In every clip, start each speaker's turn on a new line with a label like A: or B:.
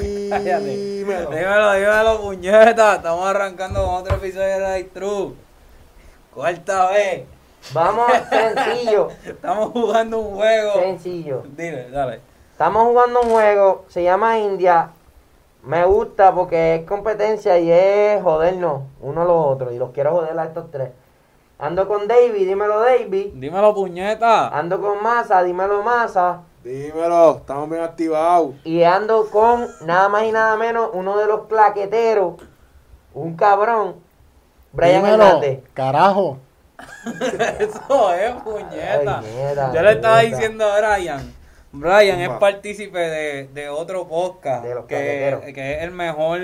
A: Dímelo, dímelo, dímelo, puñeta. Estamos arrancando con otro episodio de Ride True. Cuarta vez.
B: Vamos, sencillo,
A: Estamos jugando un juego.
B: sencillo.
A: Dile, dale.
B: Estamos jugando un juego, se llama India. Me gusta porque es competencia y es jodernos uno a los otros. Y los quiero joder a estos tres. Ando con David, dímelo David.
A: Dímelo, puñeta.
B: Ando con Masa, dímelo Masa.
C: Dímelo, estamos bien activados.
B: Y ando con nada más y nada menos uno de los claqueteros, un cabrón, Brian
D: Dímelo,
B: Hernández.
D: Carajo.
A: Eso es, puñeta.
B: Ay, mierda,
A: Yo le estaba
B: mierda.
A: diciendo a Brian. Brian es
C: Zumba.
A: partícipe de, de otro podcast
B: De los
A: que,
B: cafeteros.
A: que es el mejor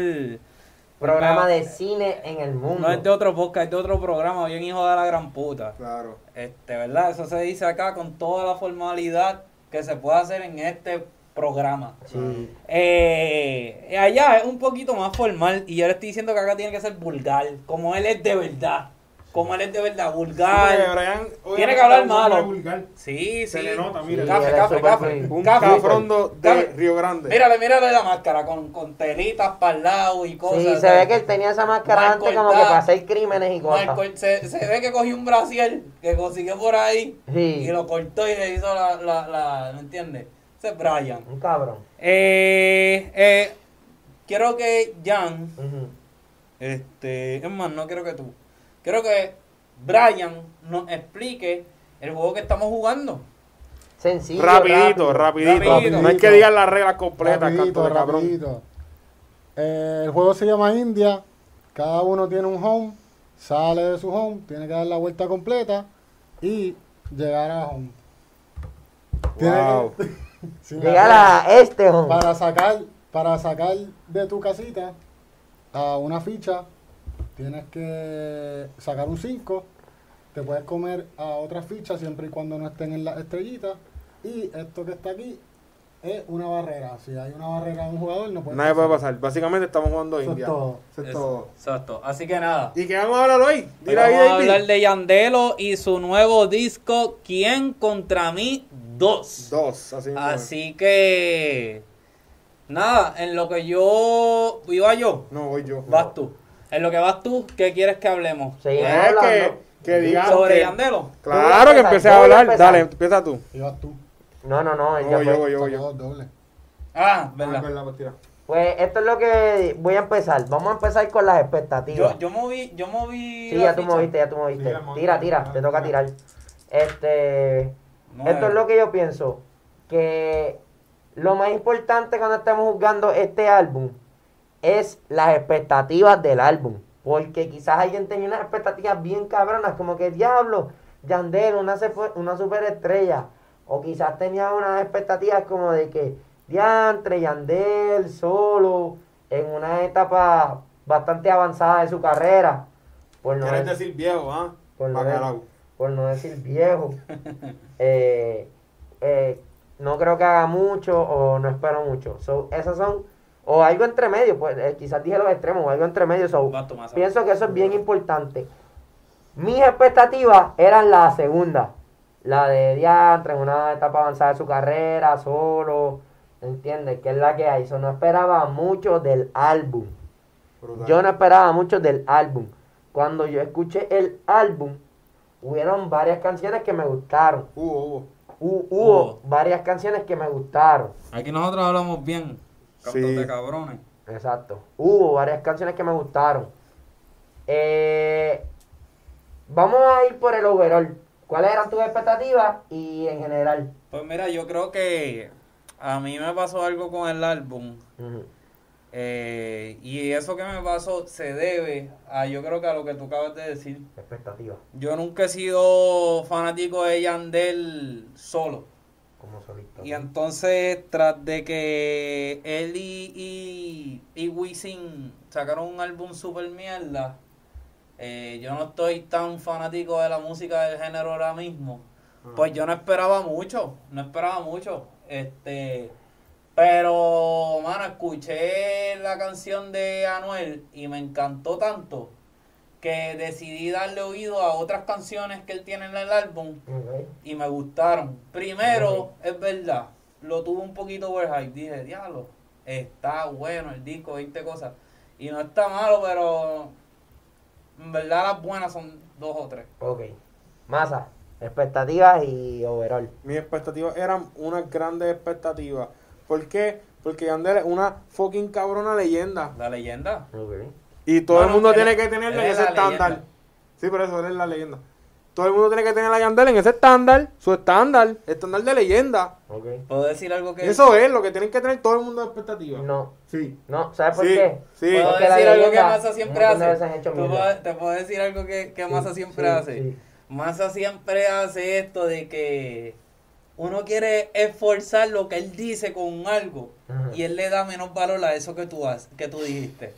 B: Programa de cine en el mundo.
A: No es de otro podcast, es de otro programa, bien hijo de la gran puta.
C: Claro.
A: Este, ¿verdad? Eso se dice acá con toda la formalidad que se puede hacer en este programa.
B: Sí.
A: Eh, allá es un poquito más formal y yo le estoy diciendo que acá tiene que ser vulgar, como él es de verdad. Como él es de verdad,
C: Porque
A: vulgar.
C: Brian, obviamente,
A: Tiene que hablar
C: es un hombre
A: malo.
C: vulgar.
A: Sí, sí.
C: Se le nota, mira.
B: Sí,
A: Cafre,
B: era
A: cafre,
B: súper
A: cafre.
B: frío.
C: Un
A: Cafre.
C: cafrondo de
A: Cafre.
C: Río Grande.
A: Mírale, mírale la máscara con, con telitas para el lado y cosas.
B: Sí, se
A: ¿sabes?
B: ve que él tenía esa máscara
A: Mal
B: antes como que
A: cortada.
B: para hacer crímenes y cosas.
A: Marco, se, se ve que cogió un brasier que consiguió por ahí
B: Sí.
A: y lo cortó y le hizo la, la, la ¿me entiendes? Ese es Brian.
B: Un cabrón.
A: Eh, eh, quiero que Jan,
B: Ujú.
A: este, es más, no quiero que tú, quiero que Brian nos explique el juego que estamos jugando.
B: Sencillo.
C: rapidito,
B: rápido.
C: rapidito,
A: Rapidito.
C: No es que digan las reglas completas, canto
D: Rapidito,
C: de cabrón.
D: rapidito. Eh, el juego se llama India. Cada uno tiene un home. Sale de su home. Tiene que dar la vuelta completa. Y llegar a home. Tiene que-
C: Wow.
D: sin
B: Llegar
D: hacer-
B: a este home.
D: Para sacar, para sacar de tu casita a una ficha, tienes que sacar un 5. Te puedes comer a otras fichas siempre y cuando no estén en las estrellitas. Y esto que está aquí es una barrera. Si hay una barrera de un jugador, no puede
C: Nadie puede pasar. Básicamente estamos jugando
D: Eso es
C: India.
D: todo.
C: Eso es todo.
A: Exacto. Así que nada.
C: ¿Y qué vamos a hablar hoy?
A: Hoy
C: Dile ahí,
A: vamos a hablar
C: David.
A: de Yandelo y su nuevo disco, ¿Quién contra mí? Dos.
C: Dos, así mismo.
A: Así que, nada, en lo que yo, iba yo,
C: No, voy yo.
A: vas tú. En lo que vas tú, ¿qué quieres que hablemos? Eh,
C: Es
B: Seguimos
C: Pues, que,
B: hablando.
C: que digamos.
A: ¿Sobre
C: que-
A: Yandelo?
C: Claro que
B: Tú vas a
C: empecé
B: empezar,
C: a
B: yo voy a
C: hablar.
B: empezar.
C: Dale, empieza tú.
D: Y vas tú.
B: No, no, no. él
C: No,
B: ya
C: voy
B: fue.
C: yo, voy yo, voy yo.
D: Sacados dobles.
A: Ah,
C: Ah,
A: verdad.
C: verdad, pues, tira.
B: Pues esto es lo que voy a empezar. Vamos a empezar con las expectativas.
A: Yo, yo moví, yo moví.
B: sí,
A: la
B: ya tú
A: ficha.
B: moviste, ya tú moviste.
C: Tira, monta,
B: Tira, tira.
C: tira,
B: Te toca
C: tira.
B: tirar. Este.
A: No,
B: Esto
A: eh.
B: es lo que yo pienso. Que lo más importante cuando estemos jugando este álbum es las expectativas del álbum. Porque quizás alguien tenía unas expectativas bien cabronas, como que diablo, Yandel, una, se fue- una superestrella. O quizás tenía unas expectativas como de que diantre, Yandel, solo, en una etapa bastante avanzada de su carrera. Por no
C: Quieres
B: de-
C: decir viejo, ¿ah?
B: por no,
C: Bacalao.
B: de- por no decir viejo. Eh, eh, no creo que haga mucho o no espero mucho. So, esas son, o algo entre medio, pues eh, quizás dije los extremos, o algo entre medio. So,
A: Vas tú, Maza.
B: pienso que eso es bien importante. Mis expectativas eran la segunda, la de Diantre, en una etapa avanzada de su carrera, solo, ¿entiendes? Que es la que hay. So, no esperaba mucho del álbum.
C: Brutal.
B: Yo no esperaba mucho del álbum. Cuando yo escuché el álbum, hubieron varias canciones que me gustaron.
C: Hubo, hubo.
B: Hu- Hubo
A: Hubo.
B: varias canciones que me gustaron.
A: Aquí nosotros hablamos bien.
C: Sí.
A: Cantos de cabrones.
B: Exacto. Hubo varias canciones que me gustaron. Eh, vamos a ir por el overall. ¿Cuáles eran tus expectativas? Y en general.
A: Pues mira, yo creo que a mí me pasó algo con el álbum.
B: Ujú.
A: eh, y eso que me pasó se debe a yo creo que a lo que tú acabas de decir.
B: Expectativas,
A: Yo nunca he sido fanático de Yandel solo.
B: como solista.
A: Y entonces, tras de que él y, y, y Wisin sacaron un álbum super mierda, eh, yo no estoy tan fanático de la música del género ahora mismo.
E: Ah.
A: Pues yo no esperaba mucho, no esperaba mucho. Este, pero, mano, escuché la canción de Anuel y me encantó tanto que decidí darle oído a otras canciones que él tiene en el álbum
B: Ok.
A: y me gustaron. Primero, es verdad, lo tuve un poquito overhype. Dije, diablo, está bueno el disco, 20 cosas. Y no está malo, pero en verdad las buenas son dos o tres.
B: Ok. Masa, expectativas y overall.
E: Mis expectativas eran unas grandes expectativas. ¿Por qué? Porque Yandel es una fucking cabrona leyenda.
A: La leyenda.
B: Ok.
E: Y todo
A: Bueno,
E: el mundo
A: él-
E: tiene que tenerla en
A: él es
E: ese
A: la
E: estándar.
A: leyenda.
E: Sí, por eso él es la leyenda. Todo el mundo tiene que tener a Yandel en ese estándar, su estándar, estándar de leyenda.
B: Ok.
A: ¿Puedo decir algo que.?
E: Eso es lo que tienen que tener todo el mundo de expectativa.
B: No,
E: Sí.
B: no, ¿sabes por
E: Sí,
B: qué?
E: sí.
A: ¿Puedo
B: Porque la
A: decir algo que
B: leyenda,
A: Massa
B: un
A: siempre
B: montón de
A: hace?
B: veces han hecho
A: ¿Tú
B: mierda.
A: puedes- ¿Te puedo decir algo que, que
B: Sí,
A: Massa siempre
B: sí,
A: hace?
B: sí.
A: Massa siempre hace esto de que uno quiere esforzar lo que él dice con algo
B: Ajá.
A: y él le da menos valor a eso que tú, has- que tú dijiste.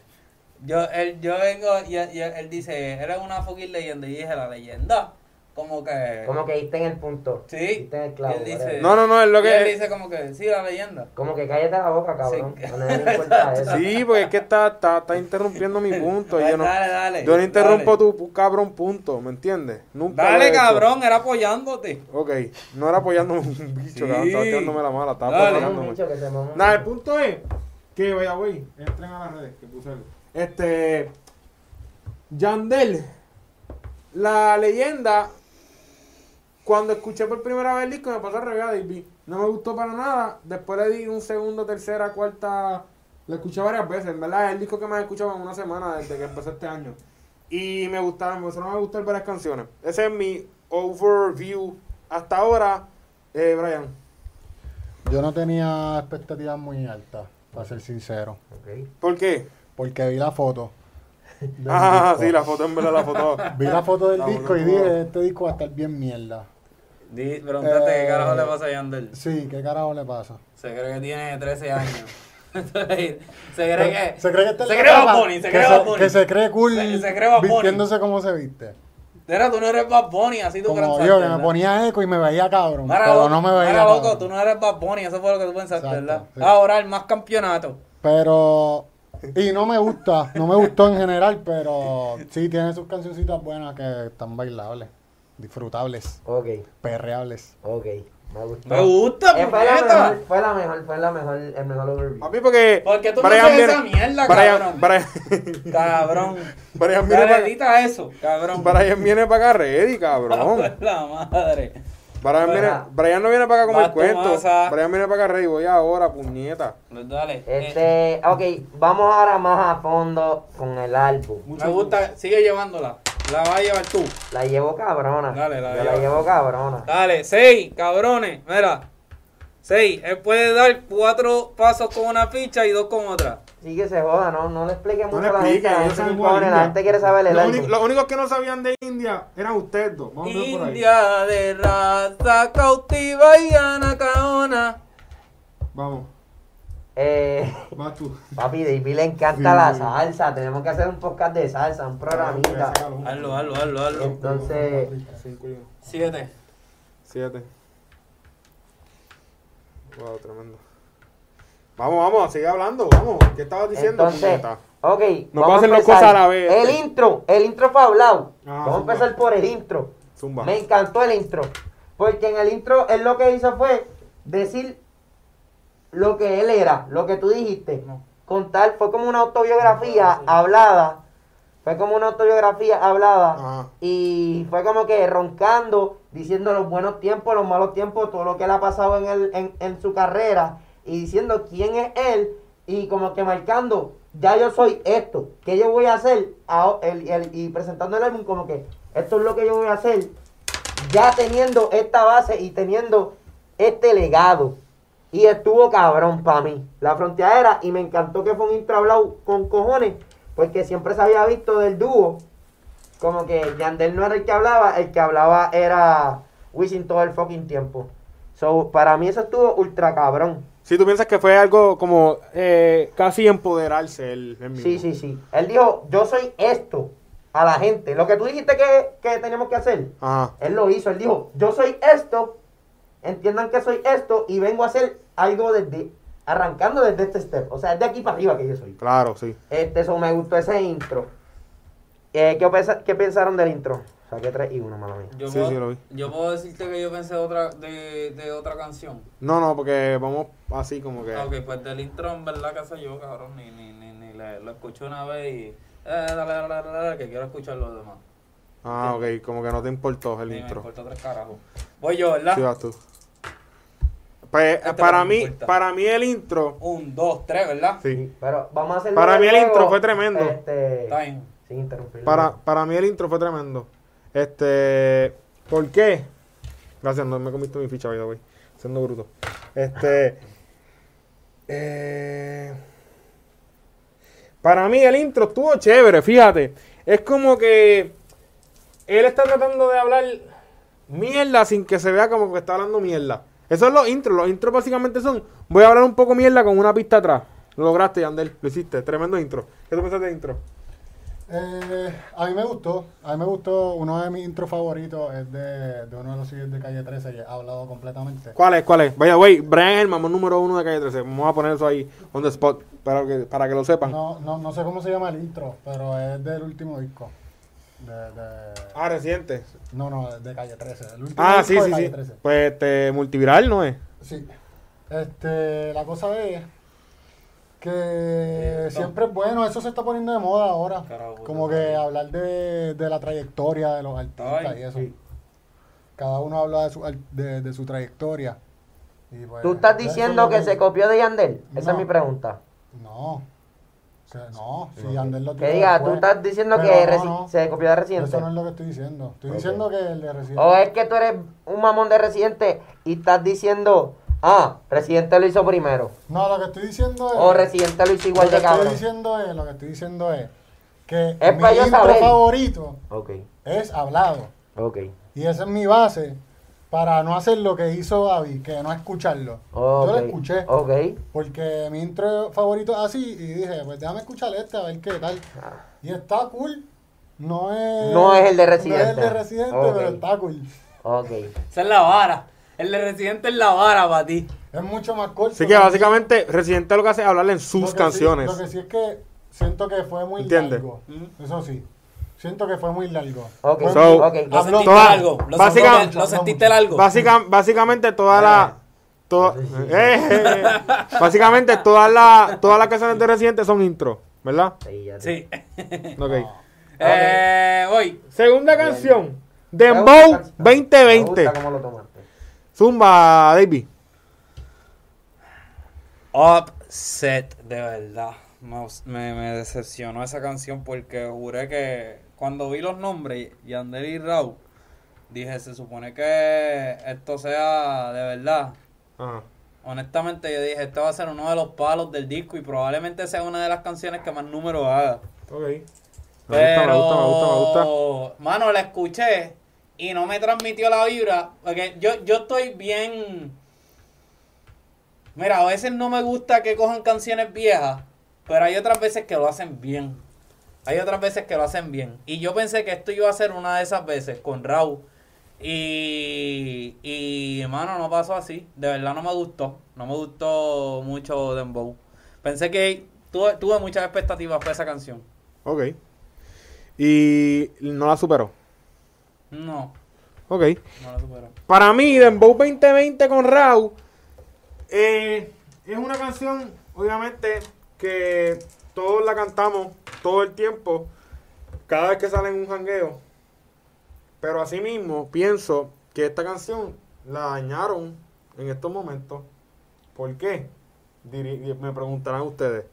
A: Yo, él, yo vengo y, y él dice, eres una fucking leyenda. Y dije, la leyenda, como que...
B: Como que diste en el punto.
A: Sí.
B: Diste en el clavo.
A: Él dice-
B: whatever.
E: No, no, no, es lo
A: Eh, y él
E: que
A: dice como que, sí, la leyenda.
B: Como que cállate la boca, cabrón.
A: Sí.
B: A nadie le importa eso.
E: Sí, porque es que está, está, está interrumpiendo mi punto. y
A: Dale,
E: yo no,
A: Pues dale, dale,
E: yo no interrumpo
A: dale.
E: tu pu- cabrón punto, ¿me entiendes? Nunca lo he
A: Dale,
E: hecho.
A: cabrón, era apoyándote.
E: Ok, no era apoyándome un bicho, cabrón, estaba
A: Sí.
E: tirándome la mala, estaba
A: Dale.
B: Te mamo
E: apoyándome.
B: mucho, que te mamo
E: Nada, el
B: mucho.
E: punto es que vaya, güey, entren a las redes que puse algo. Este. Yandel, la leyenda, cuando escuché por primera vez el disco, me pasó al revés a David. No me gustó para nada. Después le di un segundo, tercera, cuarta. Lo escuché varias veces, en verdad. Es el disco que más he escuchado en una semana desde que empezó este año. Y me gustaron, me empezaron a gustar varias canciones. Ese es mi overview hasta ahora, eh, Brian.
D: Yo no tenía expectativas muy altas, para ser sincero.
B: Ok.
E: ¿Por qué?
D: Porque vi la foto. del
E: Ah,
D: disco.
E: sí, la foto, en verdad, la foto.
D: Vi la foto del
E: La
D: disco y
E: foto.
D: dije, este disco va a estar bien mierda.
A: Di, pregúntate qué
D: Eh,
A: carajo le pasa a Yandel.
D: Sí, ¿qué carajo le pasa?
A: Se cree que tiene 13 años. se cree que.
D: se cree que este está en
A: se cree
D: la etapa
A: Bad Bunny, se
D: que
A: cree Bad Bunny.
D: Que se cree cool
A: Se- se cree Bad Bunny.
D: vistiéndose como se viste.
A: Mira, tú no eres Bad Bunny, así tú
D: Como
A: pensaste.
D: yo, que me
A: ¿verdad?
D: ponía eco y me veía cabrón,
A: Mira,
D: pero
A: loco,
D: no me veía
A: mira,
D: cabrón.
A: loco, tú no eres Bad Bunny, eso fue lo que tú pensaste,
D: Exacto,
A: ¿verdad?
D: sí.
A: Ahora el más campeonato.
D: Pero... Y no me gusta, no me gustó en general, pero sí tiene sus cancioncitas buenas que están bailables, disfrutables,
B: Ok,
D: perreables.
B: ok. Me gustó.
A: Me gusta,
B: Eh, fue, la
A: puñeta.
B: mejor, fue la mejor, fue la mejor, el mejor overview.
E: Papi, porque.
A: ¿Por qué tú no
E: Brian
A: haces esa
E: viene-
A: mierda, cabrón?
E: Brian, Brian,
A: Cabrón.
E: Brian viene
A: Dale,
E: para-
A: edita eso, cabrón.
E: Brian viene para acá ready,
A: Ah,
E: cabrón.
A: La madre.
E: Brian,
A: Bueno.
E: viene- Brian no viene para acá como el
A: Vas tú,
E: cuento.
A: Maza.
E: Brian viene para acá ready, voy ahora, puñeta.
A: Pues Dale. eh,
B: Este, ok, vamos ahora más a fondo con el álbum.
A: me gusta, sigue llevándola. La vas a llevar tú.
B: La llevo cabrona.
A: Dale, la
B: Yo
A: lleva.
B: la llevo cabrona.
A: Dale, seis, cabrones, mira. Seis, él puede dar cuatro pasos con una ficha y dos con otra.
B: Sí que se joda, no, no le explique mucho
E: le
B: a la gente.
E: expliquen,
B: La
E: ellos
B: gente,
E: saben
B: se
E: cuál es
B: impone,
E: India.
B: la gente quiere saber el
E: Los
B: álbum.
E: únicos- los únicos que no sabían de India eran ustedes dos. Vamos a ver por ahí.
A: India de raza cautiva y anacaona.
E: Vamos,
B: Eh,
E: vas tú.
B: papi, David le encanta
E: Sí.
B: la salsa. Tenemos que hacer un podcast de salsa, un programita.
A: Hazlo, hazlo, hazlo, hazlo.
B: Entonces,
E: Cinco y uno.
A: Siete.
E: Siete. Wow, tremendo. Vamos, vamos, sigue hablando, vamos. ¿Qué estabas diciendo,
B: entonces,
E: puñeta?
B: ok.
E: No
B: vamos
E: puedo hacer dos
B: empezar.
E: cosas a la vez. eh.
B: El intro, el intro fue hablado.
E: Ah,
B: vamos a
E: zumba.
B: empezar por el intro.
E: Zumba.
B: Me encantó el intro. Porque en el intro él lo que hizo fue decir lo que él era, lo que tú dijiste.
A: No.
B: Contar, fue como una autobiografía
A: Sí.
B: hablada. Fue como una autobiografía hablada.
E: Ajá.
B: Y fue como que roncando, diciendo los buenos tiempos, los malos tiempos, todo lo que le ha pasado en, el, en, en su carrera. Y diciendo quién es él. Y como que marcando, ya yo soy esto. ¿Qué yo voy a hacer? Ah, el- el- y presentando el álbum como que, esto es lo que yo voy a hacer ya teniendo esta base y teniendo este legado. Y estuvo cabrón para mí. La frontera y me encantó que fue un intro hablado con cojones, porque siempre se había visto del dúo. Como que Yandel no era el que hablaba, el que hablaba era Wisin todo el fucking tiempo. So, para mí eso estuvo ultra cabrón.
E: Si tú piensas que fue algo como eh, casi empoderarse el, el mismo.
B: Sí, sí, sí. Él dijo, yo soy esto a la gente. Lo que tú dijiste que, que teníamos que hacer,
E: Ajá.
B: Él lo hizo, él dijo, yo soy esto, entiendan que soy esto y vengo a hacer algo desde, arrancando desde este step. O sea, es de aquí para arriba que yo soy.
E: Claro, sí.
B: Este, eso me gustó ese intro. Eh, ¿qué, pensa- qué pensaron del intro? Saqué 3 y 1, mala mía.
A: Yo,
E: Sí,
A: puedo,
E: sí, lo vi.
A: yo puedo decirte que yo pensé otra, de, de otra canción.
E: No, no, porque vamos así como que.
A: Ah, Ok, pues del intro en verdad que sé yo, cabrón, ni, ni, ni, ni le- lo escuché una vez y... eh, la, la, la, la, la, que quiero escuchar los demás.
E: Ah, ok, como que no te importó el
A: Ni me
E: intro.
A: importa tres carajos. Voy yo, ¿verdad?
E: Sí, vas tú. Pues,
A: Este
E: para
A: no me
E: mí,
A: importa.
E: para mí el intro.
A: Un, dos, tres, ¿verdad?
E: Sí.
B: Pero vamos a hacer
E: Para mí el
B: luego,
E: intro fue tremendo.
B: Este,
A: Time.
B: sin interrumpir.
E: Para, para mí el intro fue tremendo. Este. ¿Por qué? Gracias, no me comiste mi ficha, by the way. Siendo bruto. Este. eh, para mí el intro estuvo chévere, fíjate. Es como que. Él está tratando de hablar mierda sin que se vea como que está hablando mierda. Esos son los intros. Los intros básicamente son. Voy a hablar un poco mierda con una pista atrás. Lo lograste, Yandel. Lo hiciste. Tremendo intro. ¿Qué tú pensaste de intro?
D: Eh, a mí me gustó, a mí me gustó, uno de mis intros favoritos es de, de uno de los siguientes de Calle 13, que ha hablado completamente.
E: ¿Cuál es? ¿Cuál es? Vaya, güey, Brian es el mamón número uno de calle 13. Vamos a poner eso ahí on the spot para que, para que lo sepan.
D: No, no, no sé cómo se llama el intro, pero es del último disco. De, de-
E: Ah, reciente.
D: no, no, de Calle 13. El último
E: Ah,
D: disco
E: sí,
D: de
E: sí,
D: Calle
E: sí.
D: 13.
E: Pues este, multiviral, ¿no es?
D: Sí. Este, la cosa es que
A: no.
D: siempre es bueno, eso se está poniendo de moda ahora.
A: Carajo,
D: como
A: puta.
D: que hablar de, de la trayectoria de los artistas
A: Ay,
D: y eso.
A: sí.
D: Cada uno habla de su, ar- de, de su trayectoria. Y pues,
B: ¿Tú estás
D: eso es
B: diciendo
D: lo
B: que se copió de Yandel? Esa
D: No.
B: es mi pregunta.
D: No. O sea, no, si Yandel lo
B: Que
D: tiró
B: diga,
D: después.
B: tú estás diciendo
D: Pero
B: que
D: no,
B: Resi-
D: no.
B: se copió de Residente.
D: Eso no es lo que estoy diciendo. Estoy
B: Ok.
D: diciendo que el de Residente.
B: O es que tú eres un mamón de Residente y estás diciendo, ah, Residente lo hizo primero.
D: No, lo que estoy diciendo es.
B: O Residente lo hizo igual
D: lo que
B: de
D: estoy
B: cabrón.
D: diciendo es, lo que estoy diciendo es que
B: Es
D: mi
B: pa' yo
D: intro
B: saber.
D: favorito
B: Ok,
D: es hablado.
B: ok,
D: Y esa es mi base para no hacer lo que hizo David, que no escucharlo.
B: ok.
D: Yo lo escuché.
B: Ok.
D: Porque mi intro favorito es así. Y dije, pues déjame escuchar este a ver qué tal. Y está cool. No es.
B: No es el de
D: No es el
B: Residente.
D: de Residente,
B: Ok.
D: pero está cool.
B: Ok.
A: Esa es la vara. El de Residente es la vara para ti.
D: Es mucho más corto.
E: Así que
D: ¿no?
E: básicamente, Residente lo que hace es hablarle en
D: Lo
E: sus
D: que sí-
E: canciones.
D: lo que sí es que siento que fue muy
E: ¿Entiende?
D: largo. Eso sí. Siento que fue muy largo.
B: Ok,
D: Fue
E: So,
D: muy-
B: ok.
A: ¿Lo
D: Habló-
A: sentiste
E: toda-
A: largo? ¿Lo,
E: básica-
A: sentiste- ¿Lo sentiste largo?
E: Básica- básicamente
D: Eh.
E: toda la. toda- Eh, eh, eh. básicamente todas las todas las canciones de Residente son intro, ¿verdad?
B: Ahí ya te-
A: Sí.
E: Ok.
A: Eh, voy.
E: Segunda canción.
B: Me gusta esa
E: Dembow
B: canción. Me
E: 2020.
B: gusta cómo lo tomaste.
E: Zumba, David.
A: Upset, de verdad. Me, me- me decepcionó esa canción porque juré que cuando vi los nombres, Yandel y Raúl, dije, se supone que esto sea de verdad.
E: Ajá.
A: Honestamente, yo dije, este va a ser uno de los palos del disco y probablemente sea una de las canciones que más número haga.
E: Ok. Me
A: Pero,
E: gusta, me gusta, me gusta, me gusta.
A: Mano, la escuché y no me transmitió la vibra. Porque yo, yo estoy bien. Mira, a veces no me gusta que cojan canciones viejas, pero hay otras veces que lo hacen bien. Hay otras veces que lo hacen bien. Y yo pensé que esto iba a ser una de esas veces con Raúl. Y, y mano, no pasó así. De verdad no me gustó. No me gustó mucho Dembow. Pensé que tuve, tuve muchas expectativas para esa canción.
E: Ok. Y no la superó.
A: No,
E: Ok.
A: no la superó.
E: Para mí, Dembow 2020 con Rau eh, es una canción, obviamente, que todos la cantamos todo el tiempo, cada vez que sale en un jangueo. Pero asimismo, pienso que esta canción la dañaron en estos momentos. ¿Por qué? Diri- me preguntarán ustedes.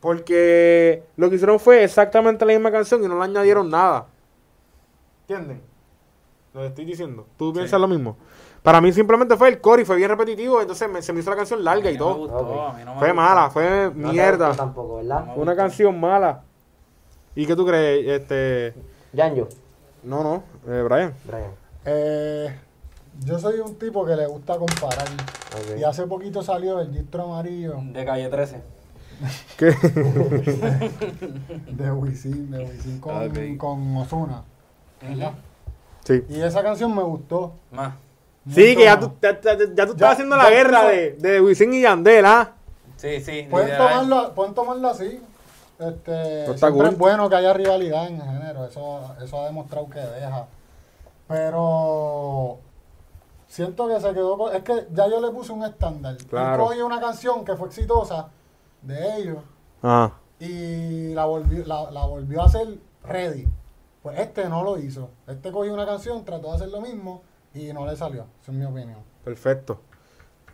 E: Porque lo que hicieron fue exactamente la misma canción y no le añadieron nada. ¿Entienden? Lo que estoy diciendo. ¿Tú piensas lo mismo? Para mí simplemente fue el core y fue bien repetitivo, entonces me- se me hizo la canción larga
A: A mí
E: y
A: no me
E: todo.
A: gustó,
B: Ok.
A: a mí no me
E: Fue
A: gustó.
E: mala, fue
B: No te
E: mierda.
B: gustó tampoco, ¿verdad?
A: No.
E: Una canción mala. ¿Y qué tú crees, este?
B: Yanjo,
E: No, no, eh, Brian.
B: Brian.
D: Eh, yo soy un tipo que le gusta comparar.
B: Ok.
D: Y hace poquito salió el distro amarillo
A: De calle 13.
E: ¿Qué?
D: de Wisin, de Wisin con,
A: Ok.
D: con Ozuna. ¿verdad?
E: Sí.
D: Y esa canción me gustó.
A: Más.
E: Sí,
D: mucho
E: que ya
D: más.
E: tú, ya, ya- ya tú
D: Ya-
E: estás haciendo
D: ya
E: la guerra
D: puso-
E: de, de Wisin y Yandel, ¿ah?
A: Sí, sí.
D: Pueden
A: literal.
D: tomarlo, pueden tomarlo así. Este,
E: Pero está
D: siempre
E: cool.
D: es bueno que haya rivalidad en el género, eso, eso ha demostrado que deja. Pero siento que se quedó con- Es que ya yo le puse un estándar. Él
E: Claro.
D: coge una canción que fue exitosa de ellos
E: Ah,
D: y la volvió, la, la volvió a hacer ready. Pues este no lo hizo. Este cogió una canción, trató de hacer lo mismo y no le salió. Esa es mi opinión.
E: perfecto.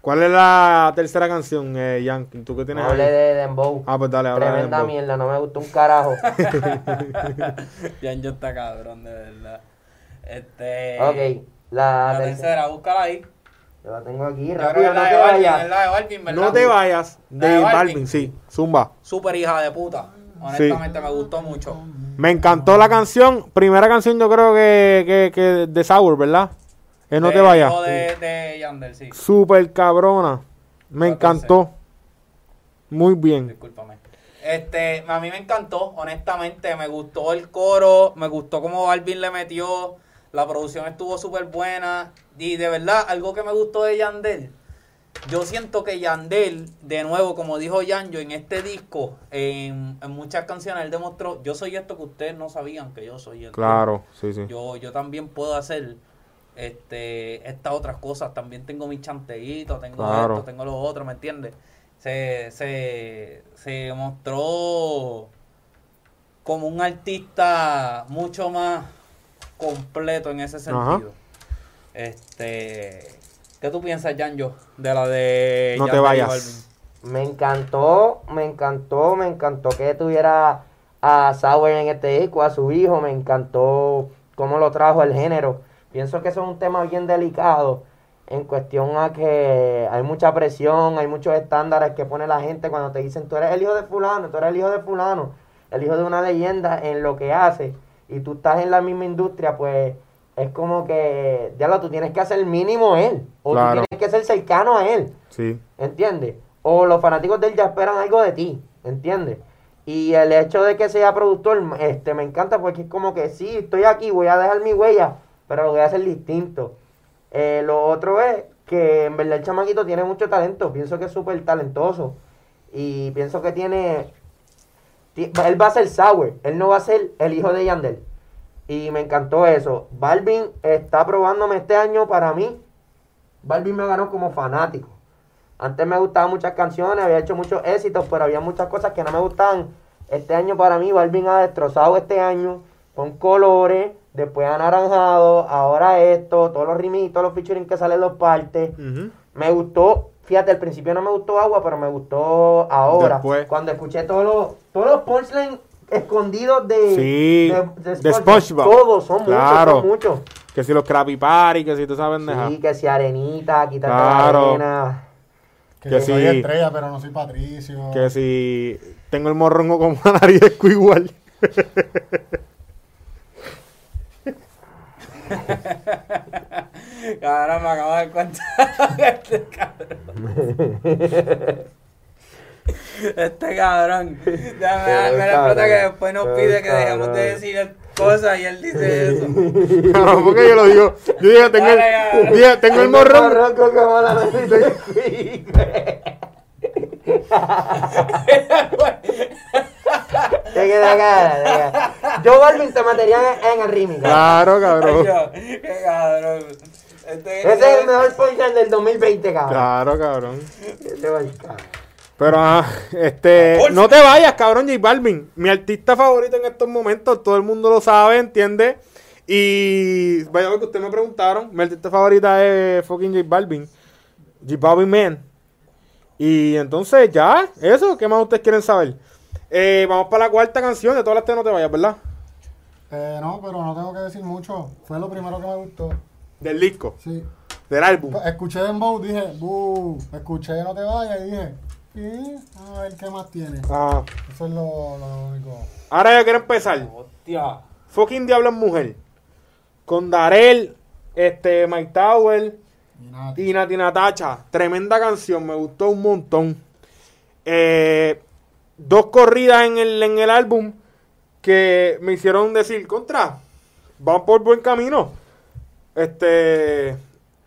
E: ¿Cuál es la tercera canción, eh, Yankee? ¿Tú qué tienes
B: No hablé
E: ahí?
B: de Dembow.
E: Ah, pues dale, habla de
B: Tremenda
E: Dembow.
B: mierda, no me gustó un carajo.
A: Yanjo está cabrón, de verdad. Este.
B: ok, la,
A: La
B: tercera.
A: tercera, búscala ahí.
B: Yo la tengo aquí,
A: Yo
B: rápido,
A: creo que
B: no
A: es la
B: te
A: de Balvin, es
B: vayas.
A: la de Balvin, ¿verdad?
E: No te vayas,
A: La
E: de,
A: de Balvin.
E: Balvin, sí, Zumba.
A: Súper hija de puta. Honestamente, me gustó mucho.
E: Me encantó la canción. Primera canción, yo creo que, que, que de Sour, ¿verdad? Eh, no te
A: Eh,
E: vayas.
A: hijo De, de Yandel, sí.
E: Super cabrona. Me
A: La
E: encantó. Muy bien.
A: Discúlpame. Este, a mí me encantó, honestamente, me gustó el coro, me gustó cómo Balvin le metió, la producción estuvo súper buena y de verdad, algo que me gustó de Yandel, yo siento que Yandel, de nuevo, como dijo Yanjo en este disco, en, en muchas canciones él demostró, yo soy esto que ustedes no sabían que yo soy. esto".
E: Claro, sí, sí.
A: Yo, yo también puedo hacer este estas otras cosas. También tengo mis chanteitos, tengo
E: Claro.
A: esto, tengo lo otro, ¿me entiendes? Se, se, se mostró como un artista mucho más completo en ese sentido.
E: Ajá.
A: Este, ¿qué tú piensas, Janjo, de la de
E: No te
A: Yandel y
E: vayas.
A: Balvin?
B: Me encantó, me encantó, me encantó que tuviera a Sauer en este disco, a su hijo, me encantó cómo lo trajo el género. Pienso que eso es un tema bien delicado en cuestión a que hay mucha presión, hay muchos estándares que pone la gente cuando te dicen tú eres el hijo de fulano, tú eres el hijo de fulano, el hijo de una leyenda en lo que hace y tú estás en la misma industria, pues es como que, ya lo, tú tienes que hacer mínimo él o
E: Claro.
B: tú tienes que ser cercano a él.
E: Sí.
B: ¿entiendes? O los fanáticos de él ya esperan algo de ti, ¿entiendes? Y el hecho de que sea productor, este, me encanta porque es como que sí, estoy aquí, voy a dejar mi huella, pero lo voy a hacer distinto. Eh, lo otro es que en verdad el chamaquito tiene mucho talento, pienso que es súper talentoso y pienso que tiene, ti- él va a ser Sauer, él no va a ser el hijo de Yandel. Y me encantó eso. Balvin está probándome este año para mí. Balvin me ganó como fanático. Antes me gustaban muchas canciones, había hecho muchos éxitos, pero había muchas cosas que no me gustaban. Este año para mí, Balvin ha destrozado este año con colores, después anaranjado, ahora esto, todos los rimitos, los featuring que salen en los partes. Me gustó, fíjate, al principio no me gustó agua, pero me gustó ahora.
E: Después.
B: Cuando escuché todos los, todos los punchlines escondidos de,
E: Sí, de SpongeBob.
B: Todos, son muchos,
E: Claro.
B: son muchos.
E: Que si los Krabby Patty, que si tú sabes pendeja.
B: Sí, que si arenita, quítate
E: Claro.
B: la arena.
D: Que,
E: Que
D: yo soy
E: sí.
D: estrella, pero no soy Patricio.
E: Que si tengo el morrongo como una nariz de Squidward.
A: Ahora me acabo de dar cuenta que este cabrón. Este cabrón. Déjame darme la
B: cabrón,
A: cuenta que después nos
B: qué
A: pide que dejemos de
B: cabrón.
A: decir cosas y él dice eso.
E: no, porque yo lo digo. Yo dije, tengo el, dije, tengo el morrongo.
B: morrongo como la nariz de Quique. Te queda acá, te queda. Yo, Balvin, te metería en, en el rímico.
E: Claro, cabrón.
A: Coño, Qué cabrón. Este
B: Ese es el mejor punchline del 2020, cabrón.
E: Claro, cabrón.
B: Ese va el cabrón.
E: Pero, ah, este,
A: Bolsa.
E: no te vayas, cabrón, J Balvin. Mi artista favorito en estos momentos, todo el mundo lo sabe, ¿entiendes? Y vaya a ver que ustedes me preguntaron, mi artista favorita es fucking J Balvin. J Balvin Man. Y entonces, ya, eso, ¿qué más ustedes quieren saber? Eh, vamos para la cuarta canción, de todas las te no te vayas, ¿verdad?
D: Eh, no, pero no tengo que decir mucho. Fue lo primero que me gustó.
E: Del disco,
D: Sí.
E: del álbum.
D: Pues, Escuché Dembow, dije, "Bu". Escuché No Te Vayas y dije, "Sí, a ver qué más tiene.
E: Ah,
D: Eso es lo, lo único.
E: ahora yo quiero empezar.
A: Hostia.
E: Fucking Diablo en Mujer. Con Darel, este, Mike Tower.
D: Y nada.
E: Y Nati Natacha, tremenda canción, me gustó un montón. Eh, dos corridas en el, en el álbum que me hicieron decir, contra, van por buen camino. Este,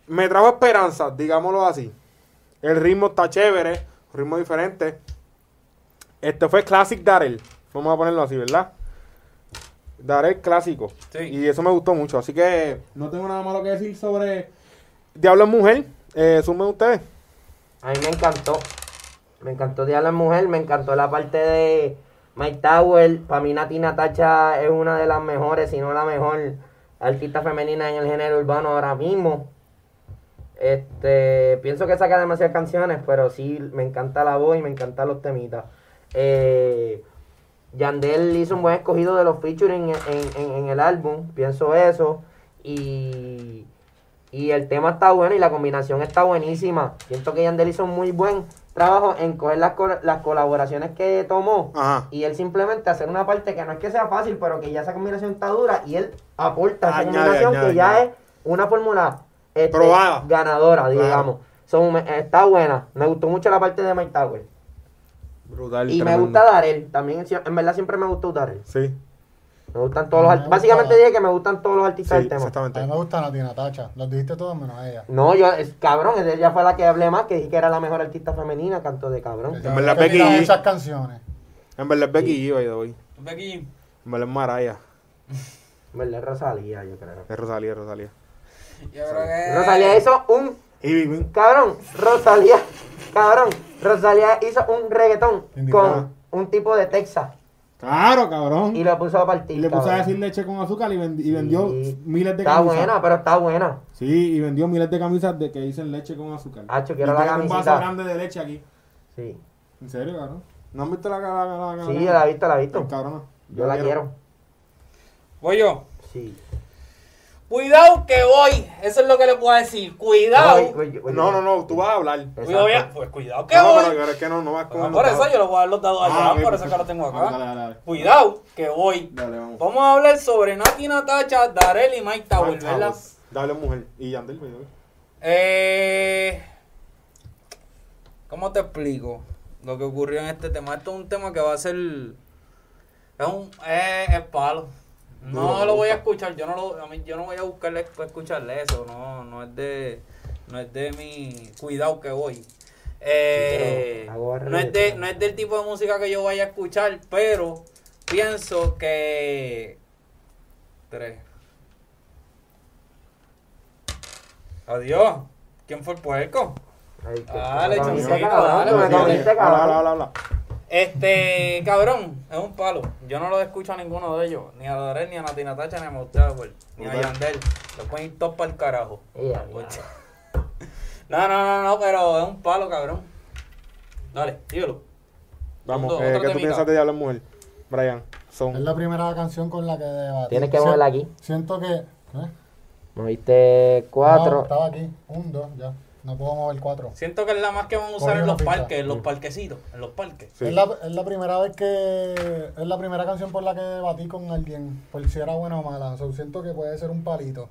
E: me trajo esperanza, digámoslo así. El ritmo está chévere, un ritmo diferente. Este fue Classic Darrell. Vamos a ponerlo así, ¿verdad? Daré el clásico.
A: Sí.
E: Y eso me gustó mucho. Así que,
C: No tengo nada malo que decir sobre.
E: Diablo es mujer. Eh, sumen ustedes.
B: A mí me encantó. Me encantó Día de la Mujer, me encantó la parte de Mike Tower. Para mí Nati Natacha es una de las mejores, si no la mejor artista femenina en el género urbano ahora mismo. Este, pienso que saca demasiadas canciones, pero sí me encanta la voz y me encantan los temitas. Eh, Yandel hizo un buen escogido de los featuring en, en- en- en el álbum, pienso eso. Y, y el tema está bueno y la combinación está buenísima. Siento que Yandel hizo un muy buen trabajo en coger las, col- las colaboraciones que tomó
E: Ajá.
B: y él simplemente hacer una parte que no es que sea fácil, pero que ya esa combinación está dura y él aporta esa
E: Añade,
B: combinación
E: añade,
B: que ya
E: añade.
B: es una fórmula este,
E: Probada.
B: ganadora,
E: Claro.
B: digamos. So, me- está buena. Me gustó mucho la parte de Mike Tower.
E: Brutal.
B: Y me
E: tremendo.
B: gusta Darel. También, si- en verdad, siempre me gustó Darel.
E: Sí,
B: Me gustan todos los
D: Me
B: artistas. Básicamente
D: gusta-
B: dije que me gustan todos los
E: sí,
B: artistas del tema.
E: exactamente.
D: A
C: Ah,
D: mí me gusta Nati Natacha. Los dijiste todos menos ella.
B: No, yo, es, cabrón, ella fue la que hablé más, que dije que era la mejor artista femenina, canto de cabrón.
D: Ella-
E: verdad,
D: ella
E: Becky
D: tira
E: G.
D: Esas canciones.
E: En verdad es Becky G, by the way.
A: Becky,
E: En verdad es Maraya.
B: En verdad, Rosalía, yo creo.
E: Es Rosalía, es Rosalía.
A: yo creo que.
B: Rosalía hizo un
E: Y Big
B: Cabrón, Rosalía, cabrón, Rosalía hizo un reggaetón
D: Indicado.
B: con un tipo de Texas
C: Claro, cabrón.
B: y
C: Y,
B: lo puso a partir.
C: le puse a
B: cabrón.
C: decir leche con azúcar y, vendi- y vendió
B: Sí.
C: miles de
B: Está
C: camisas.
B: buena, pero está buena.
C: Sí, y vendió miles de camisas de que dicen leche con azúcar.
B: Hacho,
C: Y
B: quiero la
C: tiene Un vaso
B: camisita.
C: grande de leche aquí.
B: Sí,
C: ¿En serio, cabrón? ¿No han visto la cara? La, la,
B: sí, la he visto, la he visto.
C: Cabrón.
B: Yo la quiero.
A: Voy yo.
B: Sí.
A: Cuidado que voy. Eso es lo que le puedo decir. Cuidado.
B: Oye, oye, oye.
E: No, no, no, tú vas a hablar. No,
A: Cuidado,
B: Exacto.
A: ya- Pues cuidado que
E: no,
A: voy.
E: pero pero es que no, no vas con
A: Ah,
E: el
A: por
E: notado.
A: eso yo le voy a dar los dados allá.
E: Ah, ok,
A: por eso es que
E: perfecto.
A: lo tengo acá.
C: Dale, dale, dale.
A: Cuidado que voy.
C: Dale, vamos.
A: Vamos a hablar sobre Nati Natacha, Darel y Mike Tower,
E: Ah,
A: ¿verdad?
E: chavos. Dale mujer. Y Yandel, by the way.
A: Eh, ¿Cómo te explico lo que ocurrió en este tema? Esto es un tema que va a ser. Es un. Es, es palo. No
E: Duro,
A: lo voy a escuchar, yo no lo, a mí- yo no voy a buscarle para escucharle eso, no, no es de, no es de mi cuidado que voy. Eh,
B: Sí, pero hago
A: no es de,
B: reggaetón.
A: no es del tipo de música que yo vaya a escuchar, pero pienso que tres. Adiós. ¿Quién fue el puerco?
B: Ahí está.
A: Dale,
B: Una
A: chancita,
B: camiseta, cabrón,
A: dale,
B: una
A: dale,
B: camiseta,
A: dale.
B: cabrón.
E: Habla, habla, habla, habla.
A: Este, cabrón, es un palo. Yo no lo escucho a ninguno de ellos. Ni a Dorel, ni a Natina Tacha, ni a Mostrador, ni a
E: Brutal.
A: Yandel. Los pueden ir todos para el carajo. Pues,
B: Ella,
A: No, no, no, no, pero es un palo, cabrón. Dale, dígalo.
E: Vamos,
A: Otro-
E: eh,
A: otro
E: ¿qué tú
A: temita.
E: piensas de Diablo es mujer? Brian,
D: Es
E: son.
D: la primera canción con la que debatí.
B: Tienes que
D: Sie-
B: moverla aquí.
D: Siento que. ¿qué?
B: Moviste
D: No,
B: cuatro.
D: estaba aquí. Un, dos, ya. No puedo mover cuatro.
A: Siento que es la más que van a usar
D: Coge
A: en
D: una
A: los
D: pizza.
A: parques, en los parquecitos, en los parques.
E: Sí.
D: Es, la, es la primera vez que. Es la primera canción por la que debatí con alguien. Por si era buena o mala. O sea, siento que puede ser un palito.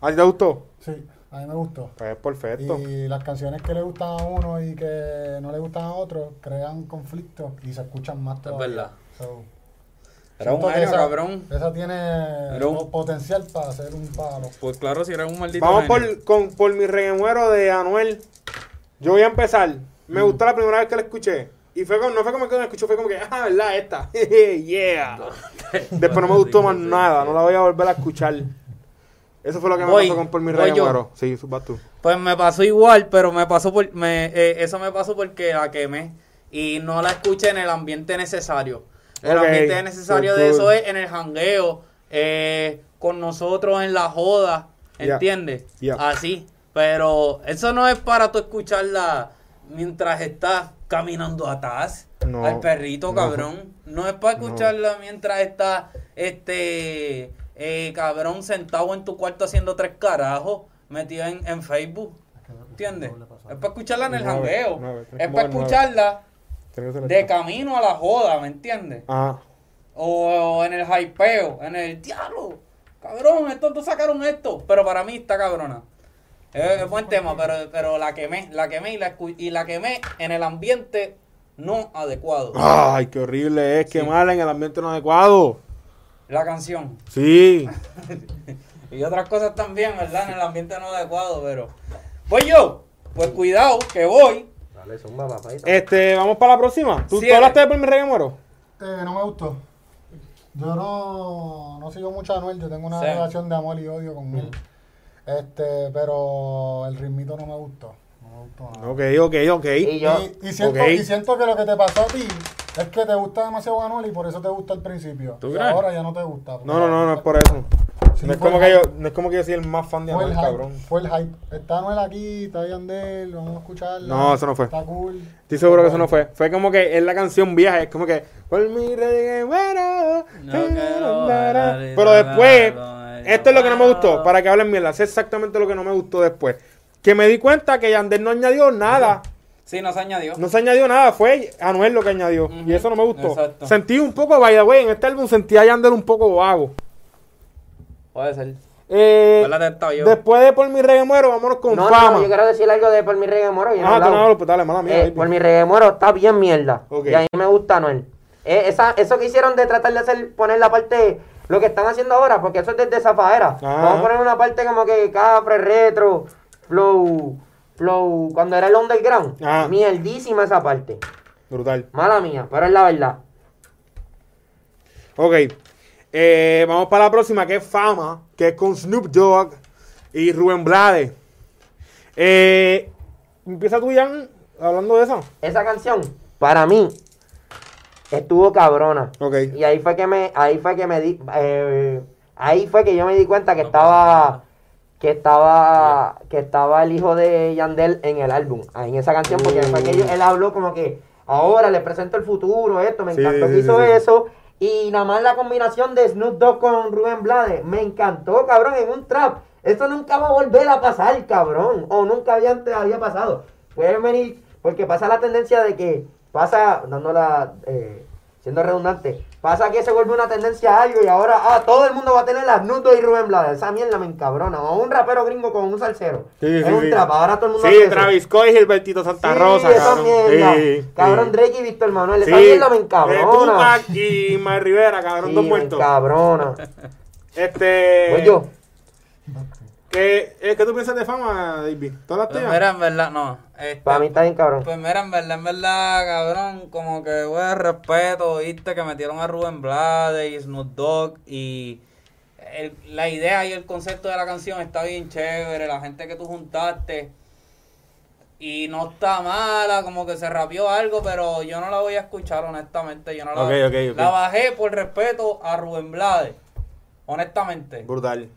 E: ¿A ti te gustó?
D: Sí, a mí me gustó.
E: Pues perfecto.
D: Y las canciones que le gustan a uno y que no le gustan a otro crean conflictos y se escuchan más todavía.
A: verdad.
D: So,
A: Era un
D: siento que
A: año,
D: esa-
A: cabrón.
D: Esa tiene
A: Era un-
D: po- potencial para hacer un palo.
A: Pues claro, si era un maldito
E: Vamos
A: genio.
E: por, con, por mi reguemuero de Anuel. Yo voy a empezar.
A: Mm.
E: Me gustó la primera vez que la escuché. Y fue como, no fue como que la escuché, fue como que, ah, ¿verdad? Esta. yeah. Después no me gustó más nada. No la voy a volver a escuchar. Eso fue lo que me
A: Voy,
E: pasó con por mi
A: voy yo.
E: reguemuero. Sí, vas tú.
A: Pues me pasó igual, pero me pasó por, me, eh, eso me pasó porque la quemé y no la escuché en el ambiente necesario. El
E: Ok,
A: ambiente necesario
E: cool,
A: de
E: cool.
A: eso es en el jangueo, eh, con nosotros en la joda,
E: Ya.
A: ¿entiendes?
E: Ya.
A: Así, pero eso no es para tú escucharla mientras estás caminando atrás
E: No,
A: al perrito,
E: no.
A: cabrón. No es para escucharla mientras estás, este, eh, cabrón, sentado en tu cuarto haciendo tres carajos, metido en, en Facebook. ¿Entiendes? Es para escucharla en el
E: Nueve,
A: jangueo.
E: nueve, tienes
A: es
E: que
A: para
E: mover nueve.
A: escucharla
E: Tenía que ser
A: de
E: esta.
A: camino a la joda, ¿me entiendes?
E: Ajá.
A: O, o en el hypeo, en el diablo. Cabrón, estos dos sacaron esto. Pero para mí está cabrona. Es, es buen tema, pero, pero la quemé, la quemé y la, escu- y la quemé en el ambiente no adecuado.
E: Ay, qué horrible es. Qué mala en el ambiente no adecuado.
A: La canción.
E: Sí.
A: Y otras cosas también, ¿verdad? En el ambiente no adecuado, pero. Voy yo. Pues cuidado, que voy.
B: Dale, zumba, papá.
E: Este, vamos para la próxima. ¿Tú, tú
A: Siete.
E: hablaste de por mi reguemuero?
D: Eh, no me gustó. Yo no, no sigo mucho a Anuel, yo tengo una
A: Sí.
D: relación de amor y odio con él. Este, pero el ritmito no me gustó. No me gustó nada.
E: Ok, ok, ok.
B: Y yo,
D: Y, y siento,
E: Ok.
D: y siento que lo que te pasó a ti es que te gusta demasiado Anuel y por eso te gusta al principio.
E: ¿Tú
D: y
E: crees?
D: ahora ya no te gusta.
E: No, no, no, no es por eso.
D: Sí,
E: no, es
D: fue
E: como
D: el
E: que yo,
D: hype.
E: no es como que yo soy el más fan de
D: Fue el
E: Anuel,
D: hype.
E: cabrón.
D: Fue el hype. Está Anuel aquí, está Yandel, vamos a escucharlo.
E: No, eso no fue.
D: Está cool.
E: Estoy seguro que eso no fue. Fue como que es la canción vieja, es como que. "Por mi reggae, bueno". eh,
A: No quiero bailar y
E: Pero después,
A: bailar con
E: esto es lo que no me
A: ella.
E: gustó. Para que hablen mierda, sé exactamente lo que no me gustó después. Que me di cuenta que Yandel no añadió nada.
A: Sí, nos añadió.
E: No se añadió nada, fue Anuel lo que añadió.
A: Ujú,
E: Y eso no me gustó.
A: exacto.
E: Sentí un poco, by the way, en este álbum sentí a Yandel un poco vago.
A: Puede ser.
E: Eh,
A: Fue la tentado yo.
E: después de Por mi reggae muero, vámonos con
B: no,
E: fama.
B: no, yo quiero decir algo de Por mi reggae moro. yo no he
E: ah, tú
B: hablado.
E: no hablas, pues dale, mala mía.
B: Eh,
E: baby.
B: por mi reggae moro está bien mierda.
E: Ok.
B: Y a mí me gusta Anuel. Eh, esa, eso que hicieron de tratar de hacer, poner la parte, lo que están haciendo ahora, porque eso es desde Zafadera.
E: Ah.
B: Vamos a poner una parte como que Capre, Retro, Flow, Flow, cuando era el underground.
E: Ah.
B: Mierdísima esa parte.
E: Brutal.
B: Mala mía, pero es la verdad.
E: Ok. Eh, vamos para la próxima, que es Fama, que es con Snoop Dogg y Rubén Blades. Eh, empieza tú, Jan, hablando de eso.
B: Esa canción, para mí, estuvo cabrona.
E: Ok.
B: Y ahí fue que me, ahí fue que me di, eh, ahí fue que yo me di cuenta que estaba, que estaba, que estaba el hijo de Yandel en el álbum, ah, en esa canción, porque fue
E: Mm.
B: que yo- él habló como que, ahora le presento el futuro, esto, me
E: Sí,
B: encantó
E: sí,
B: que
E: sí,
B: hizo
E: sí.
B: eso. Y nada más la combinación de Snoop Dogg con Rubén Blades, me encantó, cabrón, en un trap. Esto nunca va a volver a pasar, cabrón. O nunca había antes había pasado. Pueden venir, porque pasa la tendencia de que pasa, dándola, eh, siendo redundante, pasa que se vuelve una tendencia a algo y ahora, ah, todo el mundo va a tener las Snoop Dogg y Rubén Blades. Esa mierda me encabrona. O un rapero gringo con un salsero.
E: Sí,
B: es
E: sí,
B: un
E: sí.
B: trap, ahora todo el mundo
E: Sí,
B: hace eso.
E: Travis Scott y Gilbertito Santa
B: Sí,
E: Rosa,
B: esa
E: cabrón.
B: mierda.
E: Sí,
B: cabrón
E: sí.
B: Drake y Víctor Manuel. Esa
E: Sí.
B: mierda me
E: Eh,
B: encabrona.
E: Tupac y Mar Rivera, cabrón,
B: Sí,
E: dos
B: me
E: muertos.
B: encabrona.
E: Este.
B: Voy yo.
E: ¿qué, eh, ¿Qué tú piensas de fama, David? ¿Todas las
A: Pues
E: tuyas?
A: mira, en verdad, no. Este,
E: eh,
B: Para mí está bien cabrón.
A: Pues mira, en verdad, en verdad, cabrón, como que, güey, respeto, viste, que metieron a Rubén Blades y Snoop Dogg y el- la idea y el concepto de la canción está bien chévere, la gente que tú juntaste y no está mala, como que se rapió algo, pero yo no la voy a escuchar, honestamente, yo no la,
E: Ok, ok, ok.
A: la bajé por respeto a Rubén Blades, honestamente
E: Brutal.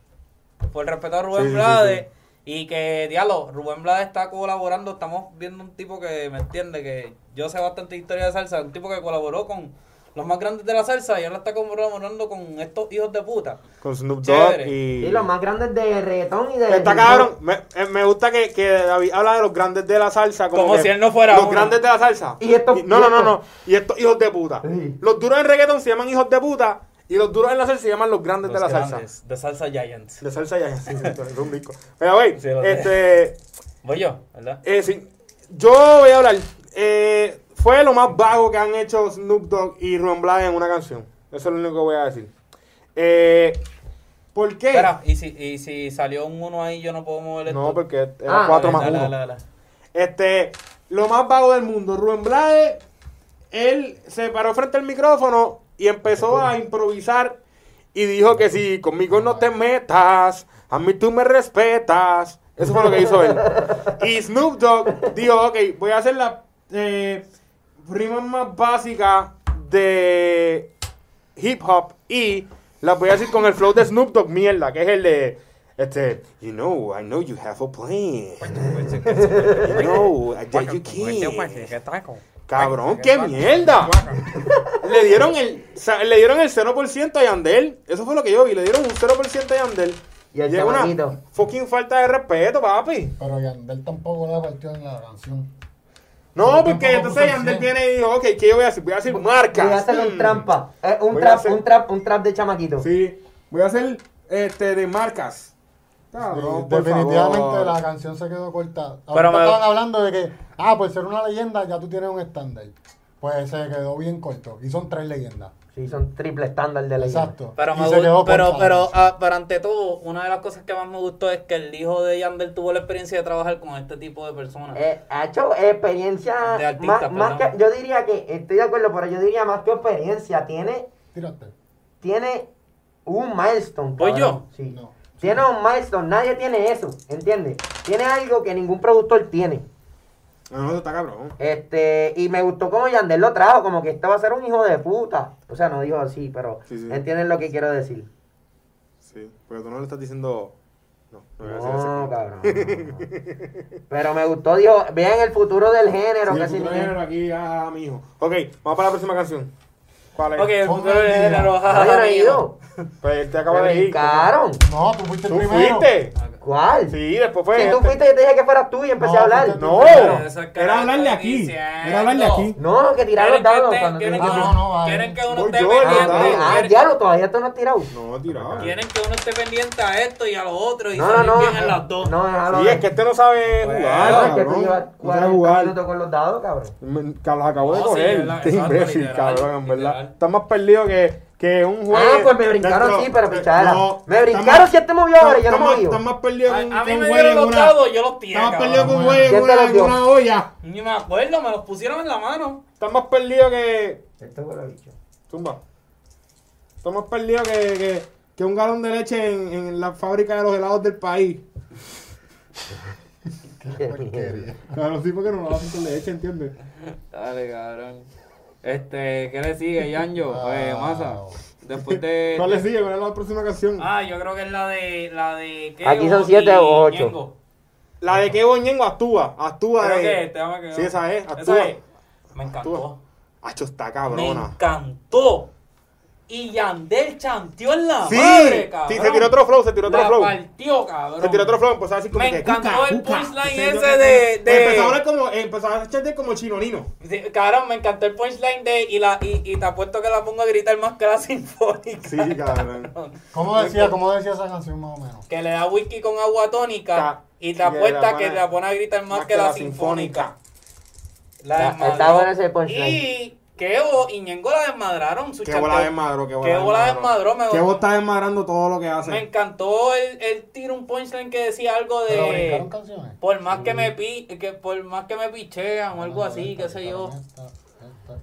A: por respeto a Rubén
E: Sí, sí,
A: Blades
E: sí,
A: y que, diablo, Rubén Blades está colaborando, estamos viendo un tipo que, ¿me entiende? Que yo sé bastante historia de salsa, un tipo que colaboró con los más grandes de la salsa y ahora está colaborando con estos hijos de puta.
E: Con Snoop Dogg
A: Chévere.
E: y.
B: Y los más grandes de reggaetón y de.
E: Está cabrón. Me, eh, me gusta que, que David habla de los grandes de la salsa. Como,
A: Como
E: que
A: si él no fuera
E: Los
A: uno.
E: grandes de la salsa.
B: Y estos-
E: no, no,
B: y
E: no,
B: estos-
E: no. Y estos hijos de puta.
B: Sí.
E: Los duros en reggaeton se llaman hijos de puta. Y los duros en la salsa se llaman los grandes
A: Los
E: de la salsa.
A: grandes, De salsa Giants.
E: De salsa ya. Sí, sí, es un disco. Mira, güey.
A: Sí, lo sé.
E: este.
A: Voy yo, ¿verdad?
E: eh, sí, yo voy a hablar. eh, fue lo más vago que han hecho Snoop Dogg y Ron Blades en una canción. Eso es lo único que voy a decir. Eh, ¿Por qué?
A: Espera, y si, y si salió un uno ahí, yo no puedo mover esto.
E: No, porque eran
B: Ah,
E: cuatro más
A: Dale,
E: uno.
A: dale, dale, dale.
E: Este, lo más vago del mundo, Rubén Blades, él se paró frente al micrófono y empezó a improvisar y dijo que si conmigo no te metas, a mí tú me respetas. Eso fue lo que hizo él. Y Snoop Dogg dijo, ok, voy a hacer la eh, rima más básica de hip hop y las voy a decir con el flow de Snoop Dogg, mierda, que es el de, este, you know, I know you have a plan. No, that you can't. Cabrón, qué mierda. Le dieron el o sea, le dieron el 0% a Yandel. Eso fue lo que yo vi, le dieron un 0% a Yandel.
B: Y el
E: Y es una
B: chamaquito.
E: fucking falta de respeto, papi.
D: Pero Yandel tampoco la partió en la canción.
E: No,
D: Pero
E: porque
D: tampoco
E: entonces
D: puso
E: Yandel
D: el cien.
E: viene y dijo, ok, ¿qué yo voy a decir? Voy a decir marcas.
B: Voy a hacer un
E: Mm.
B: trampa. Eh, un
E: Voy a
B: trap,
E: hacer-
B: un trap, un trap de chamaquito.
E: Sí, voy a hacer este de marcas. Cabrón,
D: Sí,
E: por
D: definitivamente
E: favor.
D: la canción se quedó corta. Ahorita
A: Pero me-
D: estaban hablando de que, ah, por ser una leyenda ya tú tienes un estándar. Pues se quedó bien corto. Y son tres leyendas.
B: Sí, son triple estándar de la
D: Exacto.
A: Pero,
D: Y
A: me
D: se quedó
A: gust- pero,
D: con
A: pero,
D: Thanos.
A: ah, pero ante todo, una de las cosas que más me gustó es que el hijo de Yandel tuvo la experiencia de trabajar con este tipo de personas.
B: Eh, ha hecho experiencia
A: De artista,
B: más, más
A: perdón.
B: que yo diría que estoy de acuerdo pero yo diría más que experiencia tiene
D: Tírate.
B: tiene un milestone
A: ¿Voy
B: cabrón.
A: yo?
B: sí.
D: No.
B: tiene un milestone nadie tiene eso ¿entiendes? tiene algo que ningún productor tiene
E: No, eso está cabrón.
B: Este, y me gustó como Yandel lo trajo, como que este va a ser un hijo de puta. O sea, no dijo así, pero
E: Sí, sí.
B: entienden lo que quiero decir.
E: Sí, porque tú no le estás diciendo. No, no voy a decir
B: No,
E: eso.
B: cabrón. no, no. Pero me gustó, dijo, vean el futuro del género.
E: Sí,
B: que
E: el futuro
B: significa-
E: género aquí, ah, mi hijo. Ok, vamos para la próxima canción. ¿Cuál es?
A: Ok, el futuro
D: Pongan
A: de
D: día.
A: género,
B: No, Ah, yo no he ido.
E: Pues te
B: Me
E: acaba de ir.
B: brincaron.
D: No, tú fuiste el
E: ¿Tú
D: primero.
E: fuiste?
B: ¿Cuál?
E: Sí, después fue.
B: si tú
E: este.
B: fuiste, yo te dije que fueras tú y empecé
D: No,
B: a hablar.
D: fuiste tú.
E: No,
A: Pero eso es que
C: Era
A: no
C: hablarle
A: estoy
C: aquí.
A: diciendo.
C: Era hablarle aquí.
B: No, que tiraron
A: ¿Quieren
B: los
A: que
B: dados.
A: esté-
B: cuando
A: quieren
B: tú-
E: Ah,
A: que-
D: No, no, vale.
A: Quieren que uno
E: Voy
A: esté
E: yo,
B: Ah,
E: no,
A: pendiente.
E: no,
B: ah,
A: quieren-
B: diablo, todavía tú no has tirado.
E: No, tirado.
A: Quieren que uno esté pendiente a esto y a lo otro y
B: No, no,
A: salir
B: no.
A: bien en las dos.
B: No, déjalo.
E: Sí, es que este no sabe
A: Bueno,
E: jugar,
B: es que tú
E: cabrón.
B: llevas
E: No sabe
B: 40
E: jugar.
B: minutos con los dados, cabrón.
E: Me- que los acabo de
A: No, sí,
E: coger.
A: verdad,
E: Qué
A: exacto,
E: imbécil,
A: literal,
E: cabrón, en verdad.
A: literal.
E: Estás más perdido que, que un juego.
B: Ah, pues me brincaron,
E: dentro- eh,
B: sí, pero pichadera.
E: No,
B: Me brincaron
E: estás más-
B: si este movió ahora, yo no
E: estás más-
B: moví.
E: Estás más perdido
A: A,
E: que un
A: a mí
E: que un
A: me
E: güey
A: dieron
E: en
A: los
E: una-
A: dados, yo los tiré.
E: Estás más
A: cabrón.
E: perdido que un güey en
B: ¿Quién te
E: una-
B: los
E: en
B: dio?
E: una olla.
A: Ni me acuerdo, me los pusieron en la mano.
E: Estás más perdido que...
B: Esto fue lo dicho.
E: Tumba. Estás más perdido que, que, que un galón de leche en, en la fábrica de los helados del país.
B: Qué
D: Porquería.
E: Claro, sí, porque no lo hacen con leche, ¿entiendes?
A: Dale, cabrón. Este, ¿qué le sigue, Yanjo?
D: Eh, Maza,
A: Después de.
E: Ah. ¿Cuál le sigue? ¿Cuál es la próxima canción?
A: Ah, yo creo que es la de. La de ¿qué?
B: Aquí son
A: O-
B: siete
A: y
B: o ocho.
A: Ñengo.
E: La de que Boñengo actúa. Actúa
A: Creo
E: de...
A: que este, vamos a que-
E: Pues, Sí, esa es.
A: Esa
E: Actúa.
A: es. Me encantó.
E: Actúa. Hacho, está
A: Me
E: cabrona.
A: encantó. Y Yandel chanteó en la
E: Sí,
A: madre, cabrón.
E: sí, se tiró otro flow, se tiró otro
A: La
E: flow.
A: partió, cabrón.
E: Se tiró Este otro flow, empezó a decir como
A: Me
E: que,
A: encantó
E: "Cuca,
A: el
E: cuca".
A: punchline
E: Se-
A: ese de- de-
E: Empezó a hablar como, empezó a echarte como chinonino.
A: Sí, Cabrón, me encantó el punchline de. Y, la, y, y te apuesto que la pongo a gritar más que la sinfónica.
E: Sí, cabrón.
D: ¿Cómo decía, cómo decía esa canción más o menos?
A: Que le da whisky con agua tónica.
E: Ca-
A: Y te
E: que
A: apuesta
E: la
A: que
E: pone-
A: la pone a gritar más, que, la sinfónica. La
B: Está-
A: desmadró.
B: está bueno ese punchline.
A: Y Keo y Ñengo la desmadraron. Su
E: Qué
A: chanteo.
E: bola desmadró, qué bola
A: Qué bola desmadró. Me,
E: Qué vos estás desmadrando todo lo que
A: me
E: hace.
A: encantó el, el tiro un punchline que decía algo
D: ¿Pero brincaron
A: de.
D: canciones?
A: Eh, Por más que me pi, que por más que me pichean o algo así, qué sé yo.
D: Esta, esta, esta.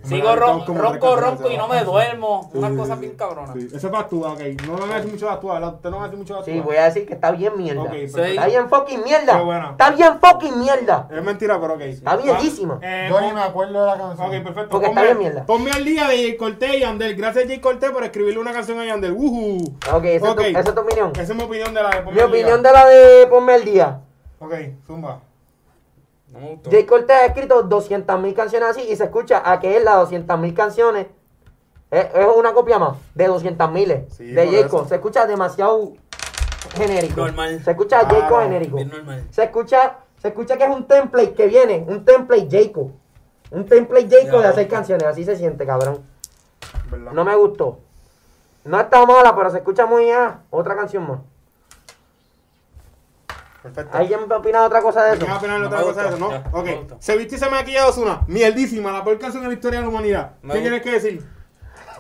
A: Sigo
E: Brincaron
A: ron-
E: como
A: ronco,
E: tres
A: ronco y no me
E: canciones.
A: duermo. Una
E: Sí,
A: cosa
E: sí,
A: bien
E: sí.
A: cabrona.
E: Sí, Eso es para actuar, ok. No van a decir mucho de actuar, ¿verdad? Ustedes no van a decir mucho de actuar.
B: Sí, voy a decir que está bien mierda.
E: Ok, perfecto.
A: Soy-
B: Está bien fucking mierda.
E: Qué buena.
B: Está bien fucking mierda.
E: Es mentira, pero ok.
B: Está bienísima.
E: Eh,
D: Yo ni me acuerdo de la canción.
E: Ok, perfecto.
B: Porque está
E: ponme,
B: bien mierda.
E: Ponme al día de Jay Cortés y Yandel. Gracias, Jay Cortés, por escribirle una canción a Yandel. ¡Wuhu!
B: Ok, esa,
E: Ok.
B: Es, tu, esa es tu opinión.
E: Esa es mi opinión de la de ponme
B: Mi
E: al día.
B: opinión de la de Ponme el Día.
E: Ok, zumba.
A: No me gustó.
B: Jay Cortez ha escrito 200.000 canciones así y se escucha a que es la 200.000 canciones. Es, es una copia más de 200.000
E: Sí,
B: de
E: por
B: Jayco.
E: eso.
B: Se escucha demasiado genérico.
A: Normal.
B: Se escucha a Jayco
E: Claro,
B: genérico.
A: bien normal.
B: Se escucha, se escucha que es un template que viene, un template Jayco. Un template Jayco
A: Ya.
B: de hacer canciones, así se siente, cabrón.
E: ¿Verdad?
B: No me gustó. No está mala, pero se escucha muy ah, otra canción más.
E: Perfecto.
B: ¿Alguien me opina otra cosa de eso?
E: ¿Qué va a opinar
A: No
E: otra
A: me
E: cosa de
A: gusta,
E: eso, no?
A: ya, me
E: ok.
A: gusta.
E: Se viste y se maquilla Osuna. Mierdísima, la peor canción de la historia de la humanidad.
A: Me
E: ¿Qué
A: gu-
E: tienes que decir?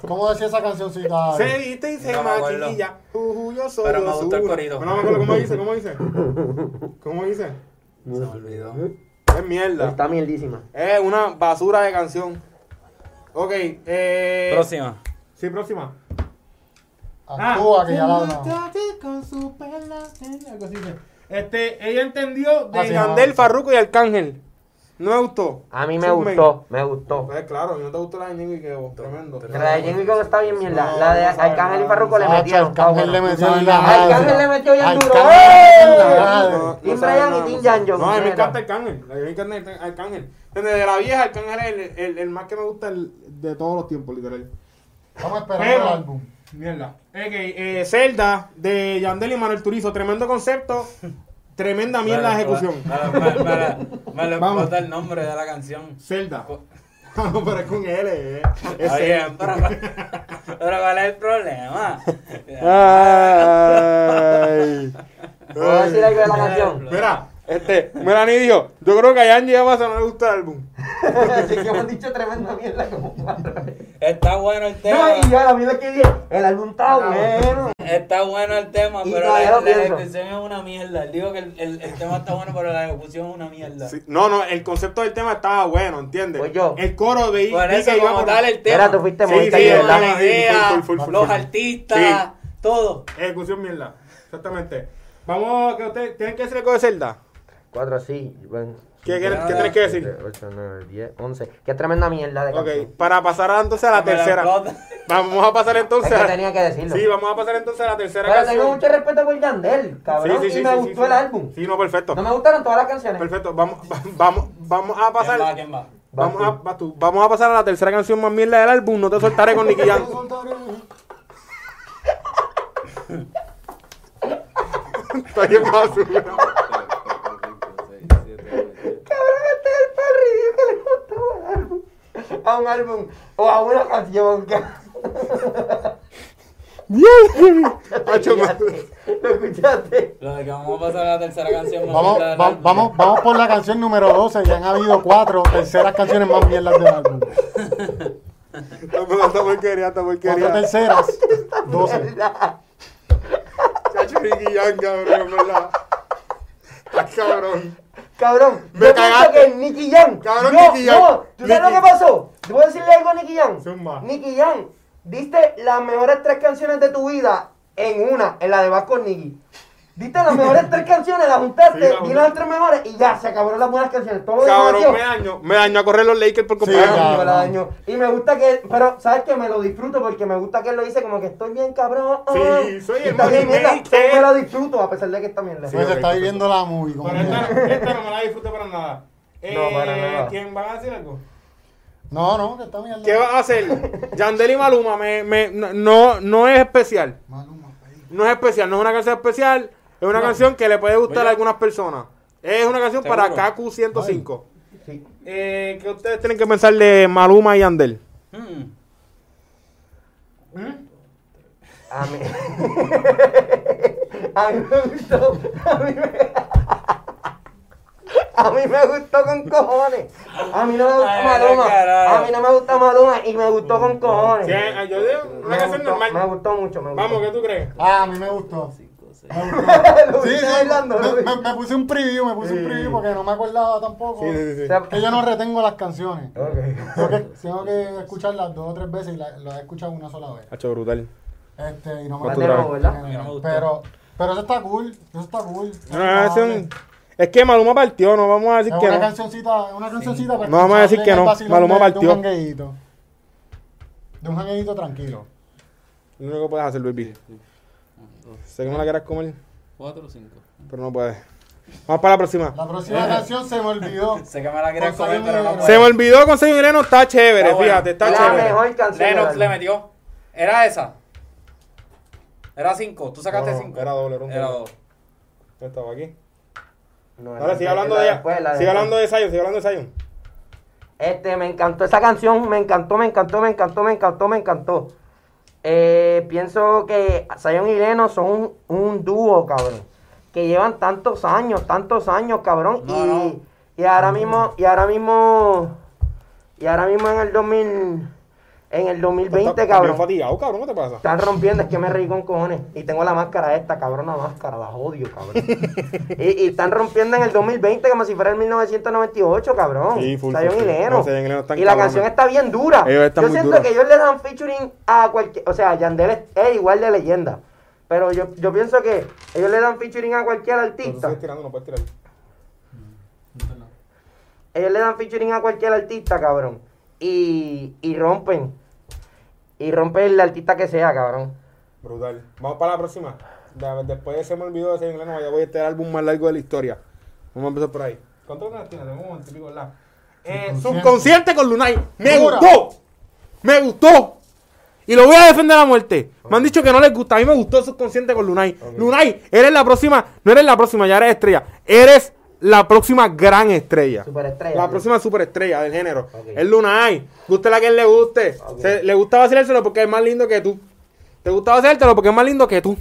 D: ¿Cómo decía esa cancioncita?
E: Se viste y se
A: No me acuerdo.
E: maquilla. Juju, yo soy
A: Pero me gustó el
E: Ozuna.
A: corrido.
E: No, no me acuerdo cómo dice, cómo dice. ¿Cómo dice?
A: Se me olvidó.
E: Es mierda.
B: Está mierdísima.
E: Es una basura de canción. Ok, eh.
A: Próxima.
E: Sí, próxima. ah.
D: Actúa, que ya la hablamos.
E: Mataste con su perla, algo así dice. Este, ella entendió de
D: Ah, sí, no,
E: Yandel,
D: no.
E: Farruko y Arcángel. No me gustó.
B: A mí me
E: Submen.
B: gustó, me gustó.
E: Pues claro, a mí no te gustó la de Ñengo y que vos, tremendo.
B: La de Jimmy Kong está bien mierda.
E: No,
B: La de
E: no sabe,
B: Arcángel y
E: no,
B: Farruko le
D: Chacho,
B: metieron. está
D: Arcángel le
B: buena.
D: metió en la
E: Arcángel
D: madre.
B: Arcángel le metió bien duro.
D: Arcángel le metió en la
B: ¡Ey!
D: madre.
B: Tim
E: sabe
B: Bryan
E: nada,
B: y Tim
E: no sabe.
B: Yanjo,
E: No, a mí me
B: mierda.
E: encanta Arcángel. A mí me encanta Arc- Arcángel. Desde la vieja, Arcángel es el, el, el más que me gusta el- de todos los tiempos, literal.
D: Estamos esperando
E: Pero,
D: el álbum.
E: Mierda. Ok, eh, Zelda de Yandel y Manuel Turizo. Tremendo concepto. Tremenda mierda de ejecución.
A: Para, para, para, me le
E: Vamos.
A: explota el nombre de la canción.
E: Zelda. No, pero es con L. eh. Es
A: Oye,
E: Zelda.
A: pero, pero ¿cuál es el problema?
B: Ah,
E: Ay.
B: ¿Puedo decir algo de la canción?
E: Mira, este, Melanie dijo, yo creo que a Yanji ya a no le gusta el álbum.
B: Así que hemos dicho tremenda mierda como cuatro veces.
A: Está bueno el tema.
B: No, y yo la mierda que dije, el álbum está
E: Ah,
B: bueno.
A: Está bueno el tema,
B: Y
A: pero
B: todavía
A: la,
B: lo
A: la
B: pienso.
A: ejecución es una mierda. Digo que el, el- el tema está bueno, pero la ejecución es una mierda.
E: Sí, No, no, el concepto del tema estaba bueno, ¿entiendes?
B: Pues yo.
E: El coro de
A: Por
E: vi
A: eso,
E: que iba
A: como
E: por-
A: tal, el tema.
B: Mira, tú fuiste
A: Sí,
B: muy
A: sí,
B: cañón,
A: la
E: ¿verdad?
A: idea,
E: Full, full, full, full,
A: los
E: full.
A: artistas, todo.
E: Ejecución Eh, mierda. Exactamente. Vamos, que ustedes tienen que decir algo de Zelda.
B: 4, sí. Bueno,
E: ¿Qué, qué,
A: Nada.
E: qué tienes que decir?
B: 8, 9, 10, 11. Qué tremenda mierda de canción.
E: Ok, para pasar entonces a la
A: Me
E: tercera.
A: explota.
E: Vamos a pasar
B: Es
E: entonces.
B: que
E: a-
B: tenía que decirlo.
E: Sí, vamos a pasar entonces a la tercera
B: Pero
E: canción.
B: tengo mucho respeto por Yandel, cabrón.
E: Sí, sí, sí,
B: y me
E: sí,
B: gustó
E: sí,
B: el
E: sí.
B: álbum.
E: Sí, no, perfecto.
B: No me gustaron todas las canciones.
E: Perfecto, vamos, va- vamos, vamos a
A: ¿Quién va?
E: pasar.
A: ¿Quién va?
E: Vamos a, vas tú. vamos a pasar a la tercera canción más mierda del álbum. No te soltaré con Nicky Jam. Está bien basura.
B: Cabrón, este es el parrillo que le gustó al álbum. A un álbum o a una canción.
E: Hacho, ma-
B: ¿Lo escuchaste?
A: Lo de que vamos a pasar a la tercera canción. más
D: Vamos,
A: mierda del
D: va-
A: álbum.
D: vamos, vamos por la canción número 12. Ya han habido cuatro terceras canciones más mierdas del álbum.
E: Esta porquería, esta
D: Cuatro
E: porquería.
D: terceras, 12.
E: Chacho, Nicky Jam, cabrón, en verdad. Está cabrón.
B: Cabrón,
E: Me
B: yo
E: cagaste.
B: pienso que Nicky Jam.
E: Cabrón,
B: yo-
E: Nicky Jam.
B: No, ¿tú sabes
E: Nicky-
B: lo que pasó? ¿Te puedo decirle algo a Nicky Jam?
E: Zumba.
B: Nicky Jam, diste las mejores tres canciones de tu vida en una, en la de Vasco Nicky. Diste las mejores tres canciones, las
E: Sí, la
B: juntaste, di
E: junté.
B: las tres mejores y ya, se acabaron las buenas canciones. Todo lo demás
E: Cabrón,
B: dio-
E: me daño. Me daño a correr los Lakers por
B: Me
E: comprar.
D: Sí,
B: dañó,
D: cabrón.
B: la dañó. Y me gusta que él, pero sabes que me lo disfruto porque me gusta que él lo dice como que estoy bien cabrón.
E: Sí, soy el
B: Está bien,
E: money
B: mierda. pues,
E: maker.
B: Me lo disfruto a pesar de que está mierda.
E: Sí. ok,
D: Pues se está
E: perfecto.
D: viviendo la movie. como
E: Pero
D: quiera.
E: esta, esta no me la disfruté para nada. Eh,
B: No, para nada.
E: ¿Quién va a decir algo?
D: No, no, que está mierda.
E: ¿Qué vas a hacer? Yandel y Maluma me, me, no, no es especial.
D: Maluma, ahí.
E: No es especial, no es una canción especial. Es una canción que le puede gustar a algunas personas. Es una canción para
A: Seguro.
E: KQ 105.
B: Sí.
E: Eh, ¿Qué ustedes tienen que pensar de Maluma y Yandel?
A: Mm.
B: A mí. a mí me gustó. A mí me. A mí me gustó con cojones. A mí no me gusta
A: Ay,
B: Maluma.
A: carajo.
B: A mí no me gusta Maluma y me gustó con cojones.
E: Sí, eh, yo digo, una
B: me,
E: canción
B: gustó,
E: normal.
B: me gustó mucho. Me gustó.
E: Vamos, ¿qué tú crees?
D: Ah, a mí me gustó. Me gustó.
B: Lo
D: Sí,
B: viste
D: sí,
B: bailando, lo
D: me,
B: viste.
D: me- me puse un preview, me puse un preview porque no me acordaba tampoco.
B: O sea,
D: Que yo no retengo las canciones.
B: Ah. ok.
D: Tengo que, tengo que escucharlas dos o tres veces y la- las he escuchado una sola vez.
E: Hacho brutal.
D: Este, y no me
B: Más
E: tú
B: de
E: grabas.
B: robo, ¿verdad?
A: A mí no me gustó.
D: Pero, pero eso está cool, eso está cool.
E: Es una canción- Es que Maluma partió, no vamos a
D: Es
E: decir que
D: una
E: no.
D: cancioncita, es una cancioncita para
E: No vamos a decir
D: escucharle
E: que
D: en el
E: no,
D: vacilón
E: Maluma
D: de-
E: partió.
D: De un jangueíto. De un jangueíto tranquilo.
E: Lo único que puedes hacer, baby. Sé que no la quieras comer,
F: ¿Cuatro o cinco?
E: pero no puedes. Vamos para la próxima.
D: La próxima canción se me olvidó.
A: Sé que me la quería comer,
D: Conseguí
A: pero no
D: mi-
A: puedo.
E: Se me olvidó conseguir un Leno, está chévere,
A: Está bueno.
E: fíjate, está
B: La
E: chévere.
B: mejor canción del
A: Lennox
B: álbum.
A: le metió. Era esa. Era 5. Tú sacaste
E: No,
A: 5.
E: era doble, era un
A: Era
E: doble.
A: dos.
E: Yo Estaba aquí.
B: No,
E: Ahora
B: no,
E: sigue
B: la-
E: hablando
B: la
E: de
B: después, la
E: ella. Sigue
B: después.
E: hablando de Zion, sigue hablando de Zion.
B: Este, me encantó esa canción, me encantó, me encantó, me encantó, me encantó, me encantó. Eh, pienso que Zion y Leno son un, un dúo, cabrón. Que llevan tantos años, tantos años, cabrón.
A: No,
B: y,
A: no.
B: y ahora mismo, y ahora mismo, y ahora mismo en el 2000, en el 2020,
E: Está-
B: cabrón.
E: bien fatigado, cabrón, ¿qué te pasa?
B: Están rompiendo, es que me reí con cojones. Y tengo la máscara esta, cabrón, la máscara, la odio, cabrón. y, y están rompiendo en el 2020 como si fuera el 1998, cabrón.
E: Sí, full,
B: Zion
E: full,
B: y
E: full.
B: Leno.
E: No, Zion y Leno están
B: y la
E: cabrones.
B: canción está bien dura.
E: Ellos están
B: yo
E: muy
B: siento
E: duros.
B: que ellos le dan featuring a cualquier. O sea, Yandel es, es igual de leyenda. Pero yo, yo pienso que ellos le dan featuring a cualquier
E: Pero tú
B: artista.
E: sigues tirando, no puedes tirar.
B: Ellos le dan featuring a cualquier artista, cabrón. Y, y rompen. Y rompen el artista que sea, cabrón.
E: Brutal. Vamos para la próxima. De- Después de se me olvidó de Zion Lennon, vaya voy a este es el álbum más largo de la historia. Vamos a empezar por ahí. ¿Cuánto ganas tienes? Tengo un momentico, ¿verdad? Eh, subconsciente con Lunay. Me
D: Dura.
E: gustó. Me gustó. Y lo voy a defender a muerte. Me han dicho que no les gusta. A mí me gustó subconsciente con Lunay. Lunay, eres la próxima. No eres la próxima, ya eres estrella. Eres la próxima gran estrella.
B: Superestrella.
E: La
B: ¿no?
E: próxima superestrella del género.
B: Ok.
E: Es Lunay. Guste la que él le guste.
B: Ok.
E: Se- le gusta vacilárselo porque es más lindo que tú. Te gusta vacilártelo porque es más lindo que tú.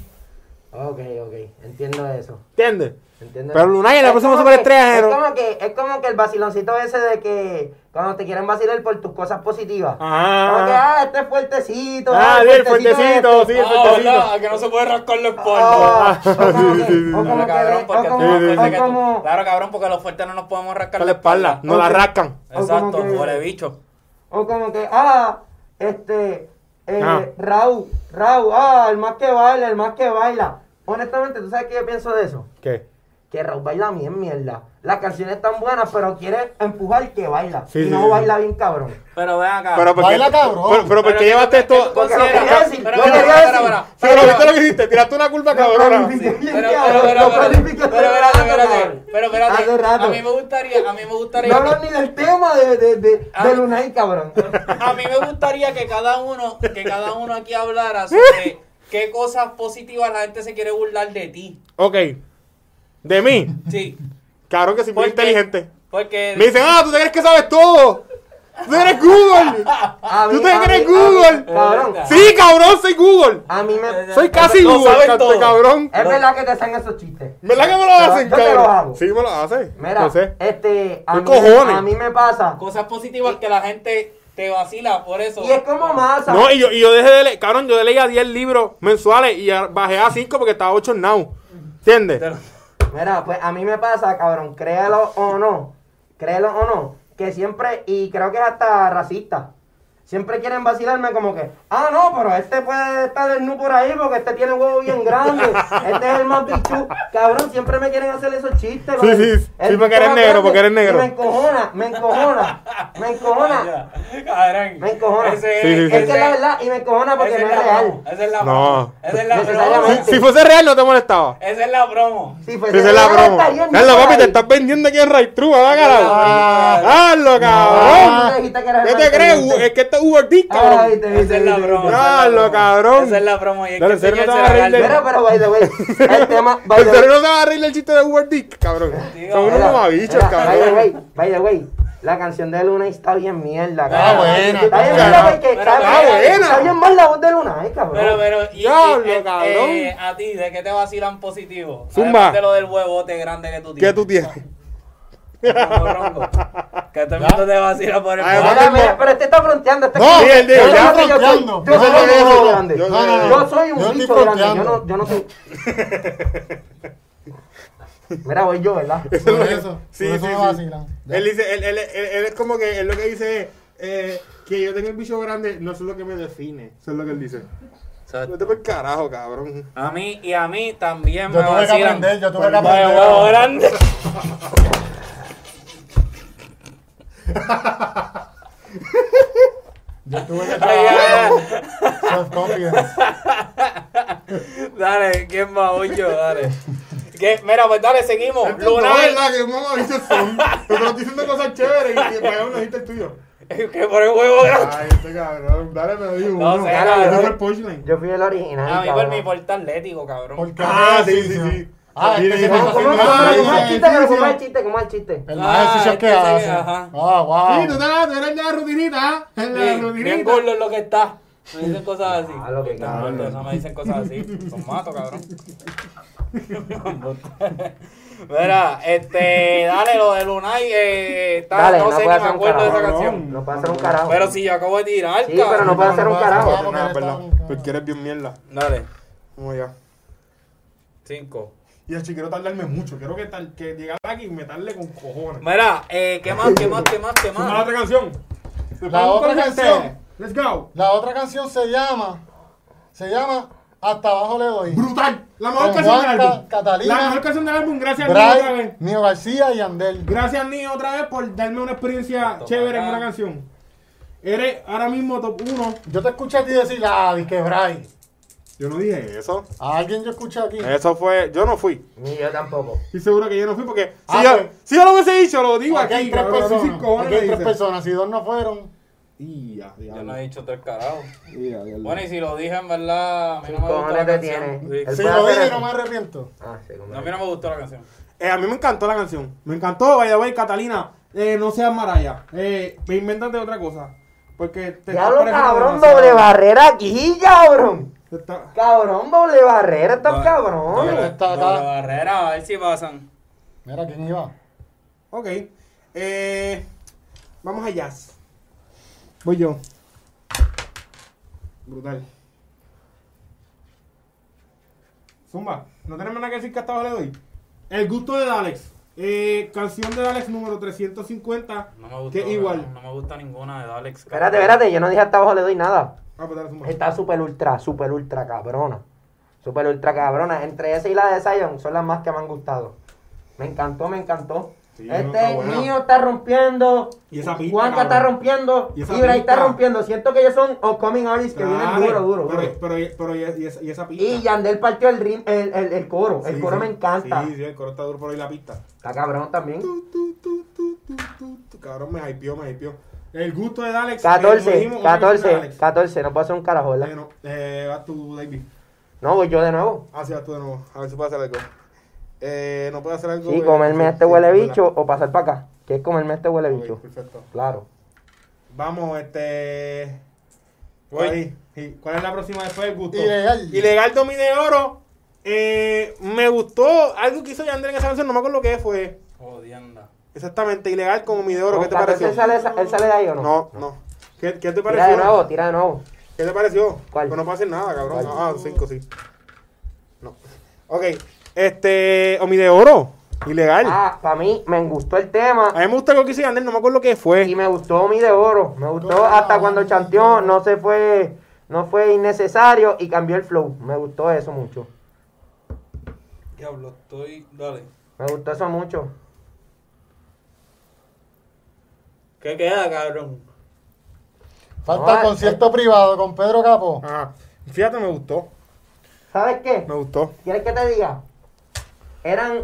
B: Ok, ok, entiendo eso.
E: ¿Entiendes?
B: ¿Entiendes?
E: Pero Lunay en la
B: Es
E: próxima
B: como que-
E: superestrella,
B: Es
E: ¿no?
B: como, que, es como que el vaciloncito ese de que cuando te quieren vacilar por tus cosas positivas.
E: Ah.
B: Como que, ah, este es fuertecito.
E: Ah, sí, el fuertecito,
B: este.
E: sí, el
A: Ah,
E: fuertecito.
A: ¿verdad? Que no se puede rascar los polvos.
B: Ah, o como que- o como
A: Claro,
B: que-
A: cabrón, porque
B: o
A: tú-
B: como-
E: sí, sí,
B: o
E: sí.
A: porque tú-
B: como-
A: claro, cabrón, porque los fuertes no nos podemos rascar
E: Con la espalda, no la
B: Ok.
E: rascan.
B: O como
A: Exacto,
B: que-
A: huele bicho.
B: O como que, ah, este, eh,
E: Ah.
B: Raúl, Raúl, ah, el más que baila, el más que baila. Honestamente, ¿tú sabes qué yo pienso de eso?
E: ¿Qué?
B: Que Raúl baila bien, mierda. Las canciones están buenas, pero quiere empujar que baila.
E: Sí,
B: y
E: sí,
B: no
E: sí.
B: baila bien, cabrón.
A: Pero ven acá.
E: Pero porque,
D: Baila, cabrón.
E: Pero, pero porque llevaste esto.
B: Porque
A: Considera-
B: lo quería decir,
A: Pero-
B: lo
A: pero-
B: quería
A: pero-
B: decir.
A: pero-
E: Pero viste lo que hiciste, tiraste una culpa
B: Lo
E: cabrona.
B: planifiqué bien,
A: Pero, pero,
B: cabrón,
A: pero,
B: lo
A: pero,
B: planifiqué
A: pero,
B: hace
A: espérate,
B: rato,
A: espérate,
B: cabrón.
A: pero espérate.
B: Hace rato.
A: A mí me gustaría, a mí me gustaría,
B: No hablan ni del tema de, de, de,
A: Ah.
B: de Lunay, cabrón.
A: a mí me gustaría que cada uno, que cada uno aquí hablara sobre qué cosas positivas la gente se quiere burlar de ti.
E: Ok. De mí.
A: Sí.
E: Cabrón que soy muy
A: Porque-
E: inteligente.
A: Porque
E: Me dicen, ah, tú te crees que sabes todo. Tú eres Google.
B: A
E: ¿Tú
B: mí-
E: te
B: a
E: crees
B: mí- a
E: Google?
B: mí- Cabrón,
E: Sí, cabrón, soy Google.
B: a mí me...
E: Soy casi
A: No
E: Google,
A: sabes
E: cante,
A: todo.
E: cabrón.
B: Es verdad que te hacen esos chistes.
E: ¿Verdad que Eh, me lo
B: Yo-
E: hacen,
B: yo te lo
E: cabrón?
B: hago.
E: Sí, me lo hacen.
B: Mira,
E: No sé.
B: este, a
E: ¿Qué
B: mí,
E: cojones?
B: a mí me pasa.
A: cosas positivas que la gente te vacila por eso.
B: Y es como masa.
E: No, y yo, y yo dejé de leer, cabrón, yo leía 10 libros mensuales y ya bajé a 5 porque estaba 8 en now. ¿Entiendes?
A: Te lo-
B: Mira, pues a mí me pasa, cabrón, créalo o no, créalo o no, que siempre, y creo que es hasta racista, siempre quieren vacilarme como que, ah, no, pero este puede estar desnudo por ahí porque este tiene huevo bien grande, este es el más bichú. Cabrón, siempre me quieren hacer esos chistes. con
E: Sí,
B: el-
E: sí,
B: el
E: sí,
B: bicho
E: porque eres
B: más
E: negro,
B: grande,
E: porque eres
B: y
E: negro.
B: Me encojona, me encojona, me encojona.
A: Ay, ya. Cabrón.
B: Me encojona.
A: Ese-
E: Sí, sí, sí.
B: Es que es la
A: ese-
B: verdad, y me encojona porque
A: Esa
B: no
A: es
B: es
A: la
B: real.
A: promo, Esa es la
E: No.
A: promo. Esa es la promo.
B: Necesariamente.
E: Si, si fuese real, no te molestaba.
A: Esa es la promo.
B: Si
E: Esa
B: fuese
E: es la
B: real,
E: broma.
B: estaría
E: Carlos,
B: desnudo
E: papi,
B: ahí.
E: te estás vendiendo aquí en Ray True, ¿verdad,
A: Ah,
E: carajo? Hazlo,
B: Ah, tú
E: cabrón.
B: dijiste que Ah, eres
E: ¿Qué
B: el más
E: te crees?
B: inteligente.
E: Es que este es Uber D,
B: Ay,
E: cabrón.
B: te
A: Esa es la broma. esa es la
E: Dale,
A: broma.
E: cabrón.
A: Esa es la broma. Y es
E: Dale,
A: que
E: en serio,
A: el
E: no
A: señor se la
E: te vas a reír de-
A: gana.
B: Mira, pero by the way, el tema, by
E: ¿En
B: the
E: serio
B: way.
E: no se va a reír el chiste de Uber Dick, cabrón?
A: Digo,
E: Son unos
B: Mira,
E: mamabichos,
B: mira, By the way,
E: cabrón.
B: by the way, la canción de Luna está bien mierda,
A: Ah,
B: cabrón.
A: buena.
B: Está bien
E: Pero-
B: mierda porque
A: pero-
B: está,
A: pero-
B: bien-
E: buena.
B: está bien mal la voz de Luna, eh, cabrón.
A: Pero, pero, y,
E: Diablo,
A: y, eh,
E: cabrón.
A: eh, a ti, ¿de qué te vacilan positivo?
E: Zumba.
A: Además de lo del huevote grande que tú tienes.
E: ¿Qué tú tienes?
A: Morrongo. Que todo el mundo te vacila por el
E: Ay,
B: Mira,
A: huevo.
E: no,
B: mira, pero este está fronteando. Este es-
E: No, sí, él dijo,
B: yo no
E: ya
B: soy- yo soy-
D: fronteando.
B: Yo soy
E: No,
B: un
E: no,
B: bicho
E: no,
B: grande.
E: yo-
B: Yo,
E: no, no,
D: no.
B: soy
D: Yo
B: un
D: estoy
B: bicho grande. Yo
D: fronteando.
B: no, yo no soy. Mira, voy yo, ¿verdad?
D: Por eso.
E: Sí, sí,
D: por eso me
E: sí.
D: vacilan. Ya.
E: Él dice, él, él, él, él es como que, él lo que dice es, eh, que yo tengo el bicho grande, no es lo que me define. Eso es lo que él dice. No te por el carajo, cabrón.
A: A mí y a mí también
D: Yo
A: me
D: tuve que
A: vacilan.
D: aprender, yo tuve
A: por
D: que
B: pues,
A: lo de
D: aprender.
A: huevo grande.
D: Yo tuve que
A: Ay,
D: trabajar
A: ay, ay.
D: self-confidence.
A: Dale, ¿quién va? Voy yo, dale. ¿Qué? Mira, pues dale, seguimos.
E: No,
A: Lunar.
E: verdad, que mamabichos son. Pero estoy diciendo cosas chéveres y
D: pues,
E: y para allá no dijiste el tuyo.
A: Que por el huevo grande.
E: Ay, este cabrón, dale, me lo digo.
A: No
E: uno.
A: sé,
E: Ese
A: cabrón.
E: fue el punchline.
B: Yo fui el original.
A: A mí por
B: cabrón.
A: mi porte atlético, cabrón.
D: Porque
E: Ah,
D: hace
E: sí, sí,
D: ejercicio.
E: sí.
D: Ah,
E: Sí,
D: este
E: sí,
D: que
E: sí.
D: está
B: ¿Cómo, cómo, cómo,
D: haciendo
E: Ah,
B: cómo es el
E: sí,
B: chiste? Pero
E: sí,
B: ¿Cómo es el chiste? ¿Cómo es
E: sí.
B: el chiste?
D: El
A: Ah,
D: más ejercicio
A: este
D: que
A: sí,
D: hace.
A: ajá.
D: Ah, wow.
E: Sí, tú eras, tú eras la rutinita, ¿ah? En la
A: Sí, bien
E: rutinita.
A: gordo es lo que está. Me dicen cosas así.
B: Ah, lo que
A: Bien
B: está,
A: gordo,
B: bien.
A: No me dicen cosas así. Son mato, cabrón. Mira, este, dale, lo de Lunay, eh, está,
B: Dale,
A: no,
B: no
A: sé
B: puede
A: ni me
B: hacer un
A: acuerdo de esa
B: carajo.
A: canción.
B: No pasa un carajo.
A: Pero si yo acabo de tirar,
B: Sí, pero no puede hacer un carajo.
E: No, no, perdón.
D: Pues
E: Porque eres bien mierda.
A: Dale,
E: Vamos allá.
A: cinco.
E: Y así quiero tardarme mucho. Quiero que, tal, que llegar aquí y me tarde con cojones.
A: Mira, eh, ¿qué más, qué más, qué más, qué
E: Suma la
A: más?
E: otra canción.
D: La otra canción.
E: Let's go.
D: La otra canción se llama. Se llama Hasta abajo le doy.
E: Brutal. La mejor
D: Con
E: canción del
D: Juanca,
E: álbum.
D: Eh, Catalina.
E: La mejor canción del álbum. Gracias, Nino, otra vez.
D: Bray, Nio García y Andel.
E: Gracias, Nino, otra vez por darme una experiencia
A: Toma
E: chévere en
A: acá.
E: una canción. Eres ahora mismo top 1.
D: Yo te escuché a ti decir, ah, dije Bray.
E: Yo no dije eso.
D: A alguien yo escuché aquí.
B: Eh,
E: Eso fue. Yo no fui.
B: Ni yo tampoco.
E: Estoy seguro que yo no fui porque.
D: Ah,
E: si, yo,
D: pues.
E: si yo lo hubiese dicho, lo digo
D: Aquí
E: aquí.
D: hay tres
E: cabrón,
D: personas.
E: sí, cojones
D: Aquí hay
E: le
D: tres
E: dicen.
D: personas. Si dos no fueron,
E: Y ya, ya,
A: Yo
E: ya.
A: no he dicho tres carajos.
E: Ya, ya, ya.
A: Bueno, y si lo dije, en verdad, a mí no me gustó la
B: cojones te
A: canción.
B: tiene?
A: Sí.
B: Él
D: si
B: puede
D: lo
B: hacer
D: dije y
B: eso.
D: no me arrepiento.
B: Ah, sí, como
A: A mí no me gustó la canción.
E: Eh, a mí me encantó la canción. Me encantó, by the way, Catalina. Eh, no seas maraya. Eh, me inventas de otra cosa. Porque te
B: Diablo,
E: estás pareciendo
B: cabrón,
E: demasiado.
B: doble barrera aquí, cabrón.
E: Está-
B: Cabrón, doble barrera, estás
A: Doble-
B: cabrón.
D: doble- está acá.
A: Doble barrera, a ver si pasan.
D: Mira quién iba.
E: Ok. Eh, vamos a jazz. Voy yo. Brutal. Zumba, no tenemos nada que decir que hasta ahora le doy. El gusto de Dalex. Eh, canción de Dalex número 350.
A: No me gusta.
E: Que igual.
A: No me gusta ninguna de Alex.
B: Espérate, espérate, yo no dije hasta abajo le doy nada.
E: Ah, pues dale, Zumba.
B: Está super ultra, super ultra cabrona. Super ultra cabrona. Entre esa y la de Zion son las más que me han gustado. Me encantó, me encantó.
E: Sí, no, está
B: este
E: buena.
B: mío está rompiendo.
E: Y esa pista,
B: Juanca está
E: cabrón.
B: rompiendo.
E: Y
B: Y
E: esa
B: Bray está
E: pista.
B: rompiendo. Siento que ellos son upcoming artists que
E: Dale,
B: vienen duro, duro, duro.
E: Pero, pero, pero y, y esa, y esa pista.
B: y Yandel partió el, rim- el, el- el coro. el
E: Sí,
B: coro
E: sí.
B: me encanta.
E: Sí, sí, el coro está duro por ahí la pista.
B: Está cabrón también.
E: Tu, tu, tu, tu, tu, tu, tu. Cabrón, me hypeó, me hypeó. El gusto de Alex. eh, como
B: 14,
E: dijimos, otra canción de
B: 14,
E: Alex.
B: 14. No puedo hacer un carajo, ¿verdad?
E: Bueno, eh, vas tú, David.
B: No, voy yo de nuevo.
E: Ah, sí, vas tú de nuevo. A ver si puedes hacer algo. Eh, no puedes hacer algo.
B: Sí,
E: eh,
B: comerme a este
E: sí,
B: huele
E: ¿verdad?
B: bicho o pasar para acá. Que es comerme a este huele
E: Ok,
B: bicho.
E: Perfecto.
B: Claro.
E: Vamos, este.
A: Voy.
E: Ahí. Sí, ¿Cuál es la próxima después del gusto?
D: Ilegal.
E: Ilegal Domine de Oro. Eh, me gustó algo que hizo Yandel en esa canción, no me acuerdo lo que fue.
A: Jodienda.
E: Exactamente, ilegal como mi de oro. ¿Qué te
B: Oscar,
E: pareció?
B: ¿Él sale, él sale de ahí o no?
E: No, no. ¿Qué, qué te
B: Tira de nuevo,
E: pareció?
B: tira de nuevo.
E: ¿Qué te pareció?
B: ¿Cuál?
E: Pues no puedo hacer nada, cabrón.
B: ¿Cuál?
E: Ah, cinco, sí. No. Ok. Este. O mi de oro. Ilegal.
B: Ah, para mí me gustó el tema
E: A mí me gusta lo que hizo Yandel, no me acuerdo lo que
B: y
E: fue.
B: me gustó mi de oro. Me gustó
D: Ah,
B: hasta cuando chanteó, no se fue, no fue innecesario y cambió el flow. Me gustó eso mucho.
A: Diablo, estoy. Dale.
B: Me gustó eso mucho.
A: ¿Qué queda, cabrón?
D: Falta
B: No,
D: concierto privado con Pedro Capo.
E: Ah, fíjate, me gustó.
B: ¿Sabes qué?
E: Me gustó.
B: ¿Quieres que te diga? Eran,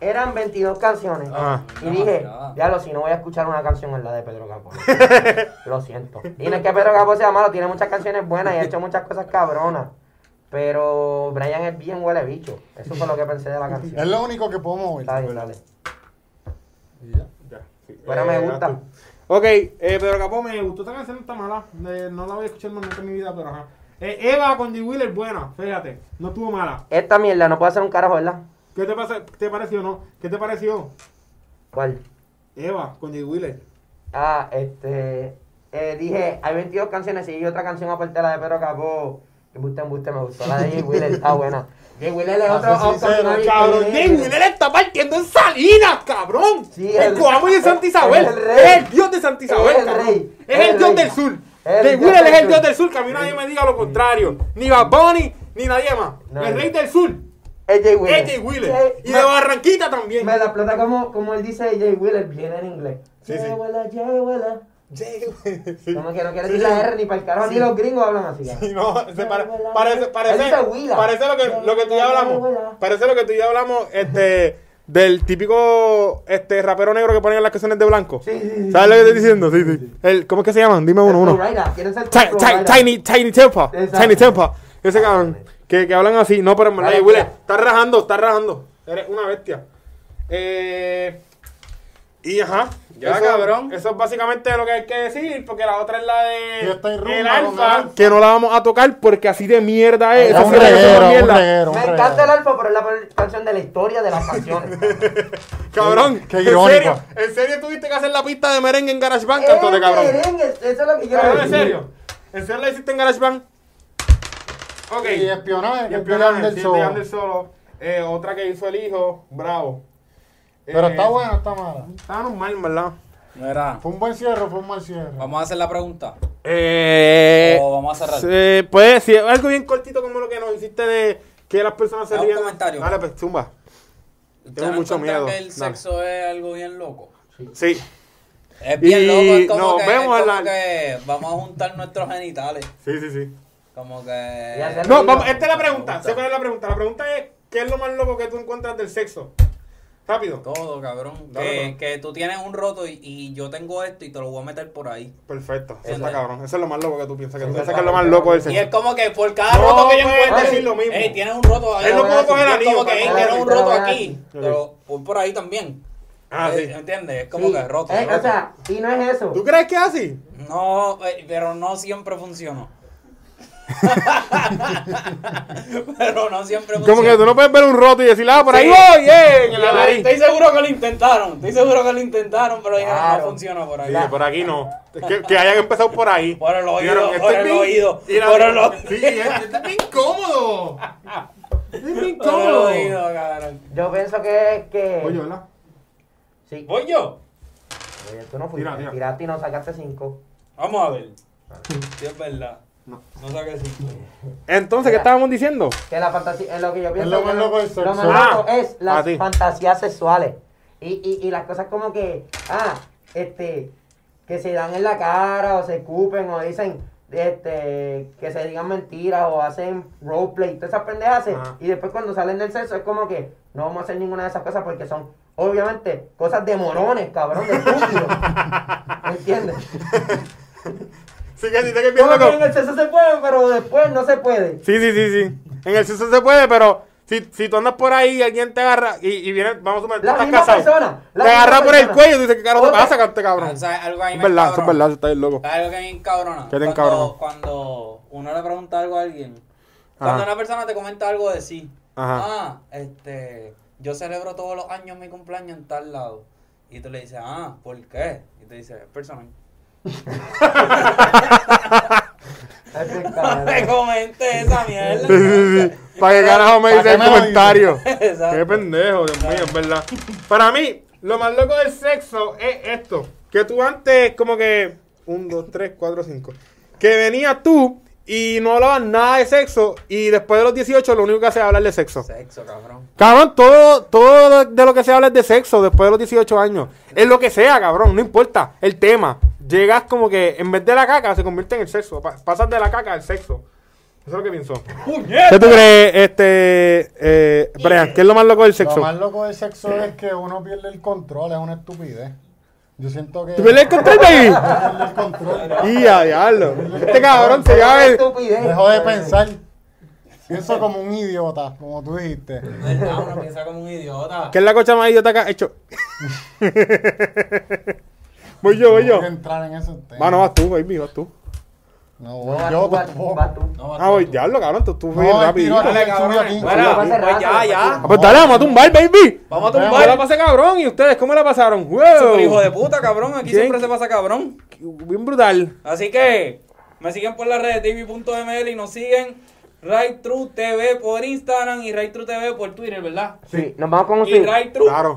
B: eran 22 canciones.
E: Ah.
B: Y dije, diablo, si no voy a escuchar una canción en la de Pedro Capo. Lo siento. Y no es que Pedro Capo sea malo, tiene muchas canciones buenas y ha hecho muchas cosas cabronas. Pero Brian es bien huele bicho. Eso fue lo que pensé de la
D: Es
B: canción.
D: lo único que puedo mover.
B: Está bien, dale.
D: Y ya.
E: Ya, sí.
B: Bueno,
E: Eh,
B: me
E: ya
B: gusta.
E: tú. Ok, eh, Pedro Capó, me gustó esta canción, no está mala. Eh, no la voy a escuchar más nunca en mi vida, pero ajá. Eh, Eva con The Wheeler, buena, fíjate. No estuvo mala.
B: Esta mierda no puede hacer un carajo, ¿verdad?
E: ¿Qué te, pasa, te pareció, no? ¿Qué te pareció?
B: ¿Cuál?
E: Eva con The Wheeler.
B: Ah, este. eh, dije, hay 22 canciones y hay otra canción aparte de la de Pedro Capó. Embuste, embuste, me gustó. La de Jay Wheeler está buena. Jay Wheeler es
D: Ah,
B: otro.
D: soy sincero,
B: outcome,
E: Cabrón,
B: eh,
E: Jay Wheeler está partiendo en salinas, cabrón.
B: Sí,
E: el
B: el-
E: Coamo y el Santa
B: el-
E: Isabel.
B: el rey.
E: Es el dios de Santa
B: Es
E: Isabel,
B: el
E: cabrón.
B: rey.
E: Es
B: Es
E: el
B: el
E: dios
B: rey.
E: del sur.
B: Es el
E: Jay
B: dios
E: Wheeler
B: del
E: es el dios
B: sur.
E: del sur, que a mí nadie me diga lo contrario. Ni Bad Bunny, ni nadie más.
B: No,
E: el
B: no.
E: rey del sur.
B: Es Jay Wheeler.
E: Es Jay Wheeler.
B: Jay-
E: y de Barranquita también.
B: Me la plata como, como él dice Jay Wheeler, bien en inglés.
E: Sí, sí.
B: Jay Wheeler, Jay Wheeler.
E: Jay Wheeler. Sí.
B: Como que no quiere
E: Sí,
B: decir
E: sí.
B: la R ni para el carajo, ni los gringos hablan así. cabrón.
E: Sí, no, se pare-
B: Él dice
E: parece, parece,
B: Willa.
E: parece lo que, lo que tú ya hablamos.
B: Willa.
E: Parece lo que tú ya hablamos este, del típico este, rapero negro que ponen en las canciones de blanco.
B: Sí, sí, sí.
E: ¿Sabes lo que estoy diciendo? Sí, sí. El, ¿Cómo es que se llaman? Dime uno, uno.
B: Flowrider, quieren ser
E: Ti- ti-
B: Flowrider.
E: Tiny, Tiny Tempa.
B: Exacto.
E: Tiny Tempa. Ese cabrón. Que, que hablan así. No, pero en verdad,
B: Dale,
E: Willa,
B: tía.
E: estás rajando, estás rajando. Eres una bestia. Eh, y ajá.
A: Ya, cabrón.
E: Eso es básicamente lo que hay que decir, porque la otra es la
D: Fiesta y
E: de.
D: rumba
E: El
D: con
E: alfa.
D: Alfa.
E: Que no la vamos a tocar porque así de mierda es.
D: Es
E: Esa
D: un
E: es la canción más
D: reguero, un
E: mierda.
D: reguero, un
B: Me
D: reguero.
B: encanta el alfa, pero es la peor canción de la historia de las canciones.
E: Cabrón.
D: Qué
E: en
D: irónico.
E: serio, en serio tuviste que hacer la pista de merengue en GarageBand, cantote,
B: Eh,
E: este cabrón.
B: merengue, Eso es lo que yo
E: Cabrón, en serio. ¿En serio la hiciste en GarageBand? Ok.
D: Y
E: Y
D: espionaje, que es de
E: espionaje,
D: Ander
E: sí,
D: Soto.
E: de Ander Solo. Eh, otra que hizo el hijo, bravo.
D: Pero
E: Eh,
D: está buena, está mala.
E: Está normal, en ¿verdad?
A: Mira,
D: Fue un buen cierre, fue un mal cierre.
A: vamos a hacer la pregunta.
E: Eh,
A: O vamos a cerrar.
E: eh, pues, si es algo bien cortito como lo que nos hiciste de que las personas se
A: Haz un
E: rían.
A: comentario.
E: Dale, pues, zumba.
A: ¿Ustedes no
E: mucho
A: encuentran
E: miedo.
A: que el
E: Dale.
A: sexo es algo bien loco?
E: Sí.
A: Es bien
E: Y
A: loco, es como,
E: nos
A: que, es
E: vemos en
A: como
E: la-
A: que vamos a juntar nuestros genitales.
E: Sí, sí, sí.
A: Como
B: Y
A: que...
B: hacer-
E: No, vamos, esta es la
A: Me
E: pregunta.
A: gusta.
E: ¿Sabes cuál es la pregunta? La pregunta es, ¿qué es lo más loco que tú encuentras del sexo? Rápido.
A: Todo, cabrón.
E: Dale,
A: Que,
E: cabrón.
A: que tú tienes un roto y, y yo tengo esto y te lo voy a meter por ahí.
E: Perfecto. Eso
A: Eso
E: está
A: es.
E: cabrón. Eso es lo más loco que tú piensas. Que tú
B: Sí,
E: piensas
B: exactamente.
E: que es lo más loco del
A: Y es
E: sexo.
A: como que por cada
E: No,
A: roto que yo
E: pues,
A: encuentre,
E: decir lo mismo.
A: "Ey, tienes un roto ahí.
E: Él no
A: ahora
E: puede
A: sí".
E: coger
A: Y es
E: anillo,
A: como que, "Ey,
E: cabrón.
A: tienes un roto
B: Te lo voy a
A: aquí,
B: decir.
A: pero pon por ahí también.
E: Ah,
A: Eh,
E: sí.
A: ¿Entiendes? Es como que roto.
B: Eh,
A: roto.
B: O sea, y no es eso.
E: ¿Tú crees que es así?
A: no, eh, pero no siempre funcionó. Pero no siempre
E: Como que tú no puedes ver un roto y decir, ah, por ahí
A: Sí.
E: voy, eh, en la nariz.
A: Estoy seguro que lo intentaron, estoy seguro que lo intentaron, pero dijeron
B: Claro.
A: no funciona por ahí.
E: Sí, por aquí no. Que, que hayan empezado por ahí.
A: Por el oído,
E: Dijeron,
A: por
E: "Esto es
A: el
E: bien-"
A: oído,
E: Y era-
A: por el oído.
E: Sí, es-
F: Este es bien cómodo. Este es bien
A: Por el
F: cómodo.
A: oído, cabrón.
B: Yo pienso que es que.
C: Oye, ¿verdad?
B: Sí.
A: ¿Voy yo?
B: Oye, tú no fuiste.
C: Tira, tira.
B: Tiraste y no sacaste cinco.
A: Vamos a ver. Si es verdad.
C: No.
A: No saqué cinco.
E: Entonces, ¿qué estábamos diciendo?
B: Que la fantasía, en lo que yo pienso.
D: lo más
B: que
D: loco del sexo.
B: Lo más
E: Ah,
B: loco es
E: a
B: las
E: ti.
B: fantasías sexuales. Y, y, y las cosas como que, ah, este, que se dan en la cara o se escupen o dicen, este, que se digan mentiras o hacen roleplay, todas esas pendejas. se-
E: Ajá.
B: Y después cuando salen del sexo es como que no vamos a hacer ninguna de esas cosas porque son, obviamente, cosas de morones, cabrón, de estúpidos. ¿Me entiendes?
E: Sí, que si te
B: Como
E: que piensas
B: que en
E: como-
B: el sexo se puede, pero después no se puede.
E: Sí, sí, sí, sí. En el sexo se puede, pero si, si tú andas por ahí y alguien te agarra y, y viene, vamos a suponer, tú
B: La
E: estás
B: misma
E: casado.
B: persona, la
E: te
B: misma
E: agarra por el
B: persona.
E: cuello y dices, ¿qué carajo te
B: Otra.
E: pasa, cante cabrón?
A: Ah, ¿sabes? Algo ahí
E: Es
A: me
E: verdad, eso es
A: encabrona.
E: verdad, está bien loco.
A: ¿Sabes Algo que bien cabrona.
E: Que te
A: cuando,
E: encabrona.
A: cuando uno le pregunta algo a alguien,
E: Ajá.
A: cuando una persona te comenta algo de sí,
E: Ajá.
A: ah, este, yo celebro todos los años mi cumpleaños en tal lado. Y tú le dices, ah, ¿por qué? Y te dice, es personal.
B: Es
A: No me
B: muy pues, cabrón.
A: comente esa
E: Sí, sí,
A: mierda.
E: sí. ¿Para qué carajo me
D: ¿Para
E: dice
D: qué
E: el
D: me lo
E: comentario?
A: Exacto.
E: Qué pendejo, Dios mío, es verdad. Para mí, lo más loco del sexo es esto. Que tú antes, como que... Un, dos, tres, cuatro, cinco. Que venías tú y no hablabas nada de sexo y después de los 18 lo único que haces es hablar de sexo.
A: Sexo, cabrón.
E: Cabrón, todo, todo de lo que se habla es de sexo después de los 18 años. Es lo que sea, cabrón, no importa el tema. Llegas como que en vez de la caca se convierte en el sexo. Pa- pasas de la caca al sexo. Eso es lo que pienso. ¿Qué tú crees, este, eh, Brian? ¿Qué es lo más loco del
D: Lo
E: sexo?
D: más loco del sexo es que uno pierde el control, es una estupidez. Yo siento que.
E: ¿Tú me le encontraste ahí?
D: Pierde el control.
E: Y a diablo. Este cabrón se llama el...
B: Estupidez.
D: Dejo de pensar. Pienso como un idiota, como tú dijiste.
A: ¿Verdad? Uno piensa como un idiota.
E: ¿Qué es la cocha más idiota que has hecho? voy yo,
D: No
E: voy yo.
D: quiero entrar en esos temas.
E: Mano, vas tú, baby, vas tú.
D: No,
B: No,
D: voy
B: vas
D: yo
B: tú, vas tú, vas
D: tampoco.
B: tú.
A: No,
E: Ah, voy, diablo, cabrón, tú, tú
D: No,
E: fui
D: el
E: rápido.
D: tiro
A: Dale,
D: aquel subió
A: cabrones.
D: aquí.
A: Bueno,
B: Vamos a
A: pues ya,
B: cerrar,
A: ya.
E: Ah, pues dale, vamos a tumbar, baby.
A: Vamos a
E: ¿Cómo la
A: tumbar.
E: pasé cabrón? ¿Y ustedes cómo la pasaron?
A: Super hijo de
E: ¡Wow!
A: puta, cabrón. Aquí
E: ¿Quién?
A: siempre se pasa cabrón.
E: Bien brutal.
A: Así que me siguen por las redes tv.ml y nos siguen Right True TV por Instagram y Right True TV por Twitter, ¿verdad?
B: Sí, nos vamos con un
A: Y
B: sí.
A: Right True
E: Claro.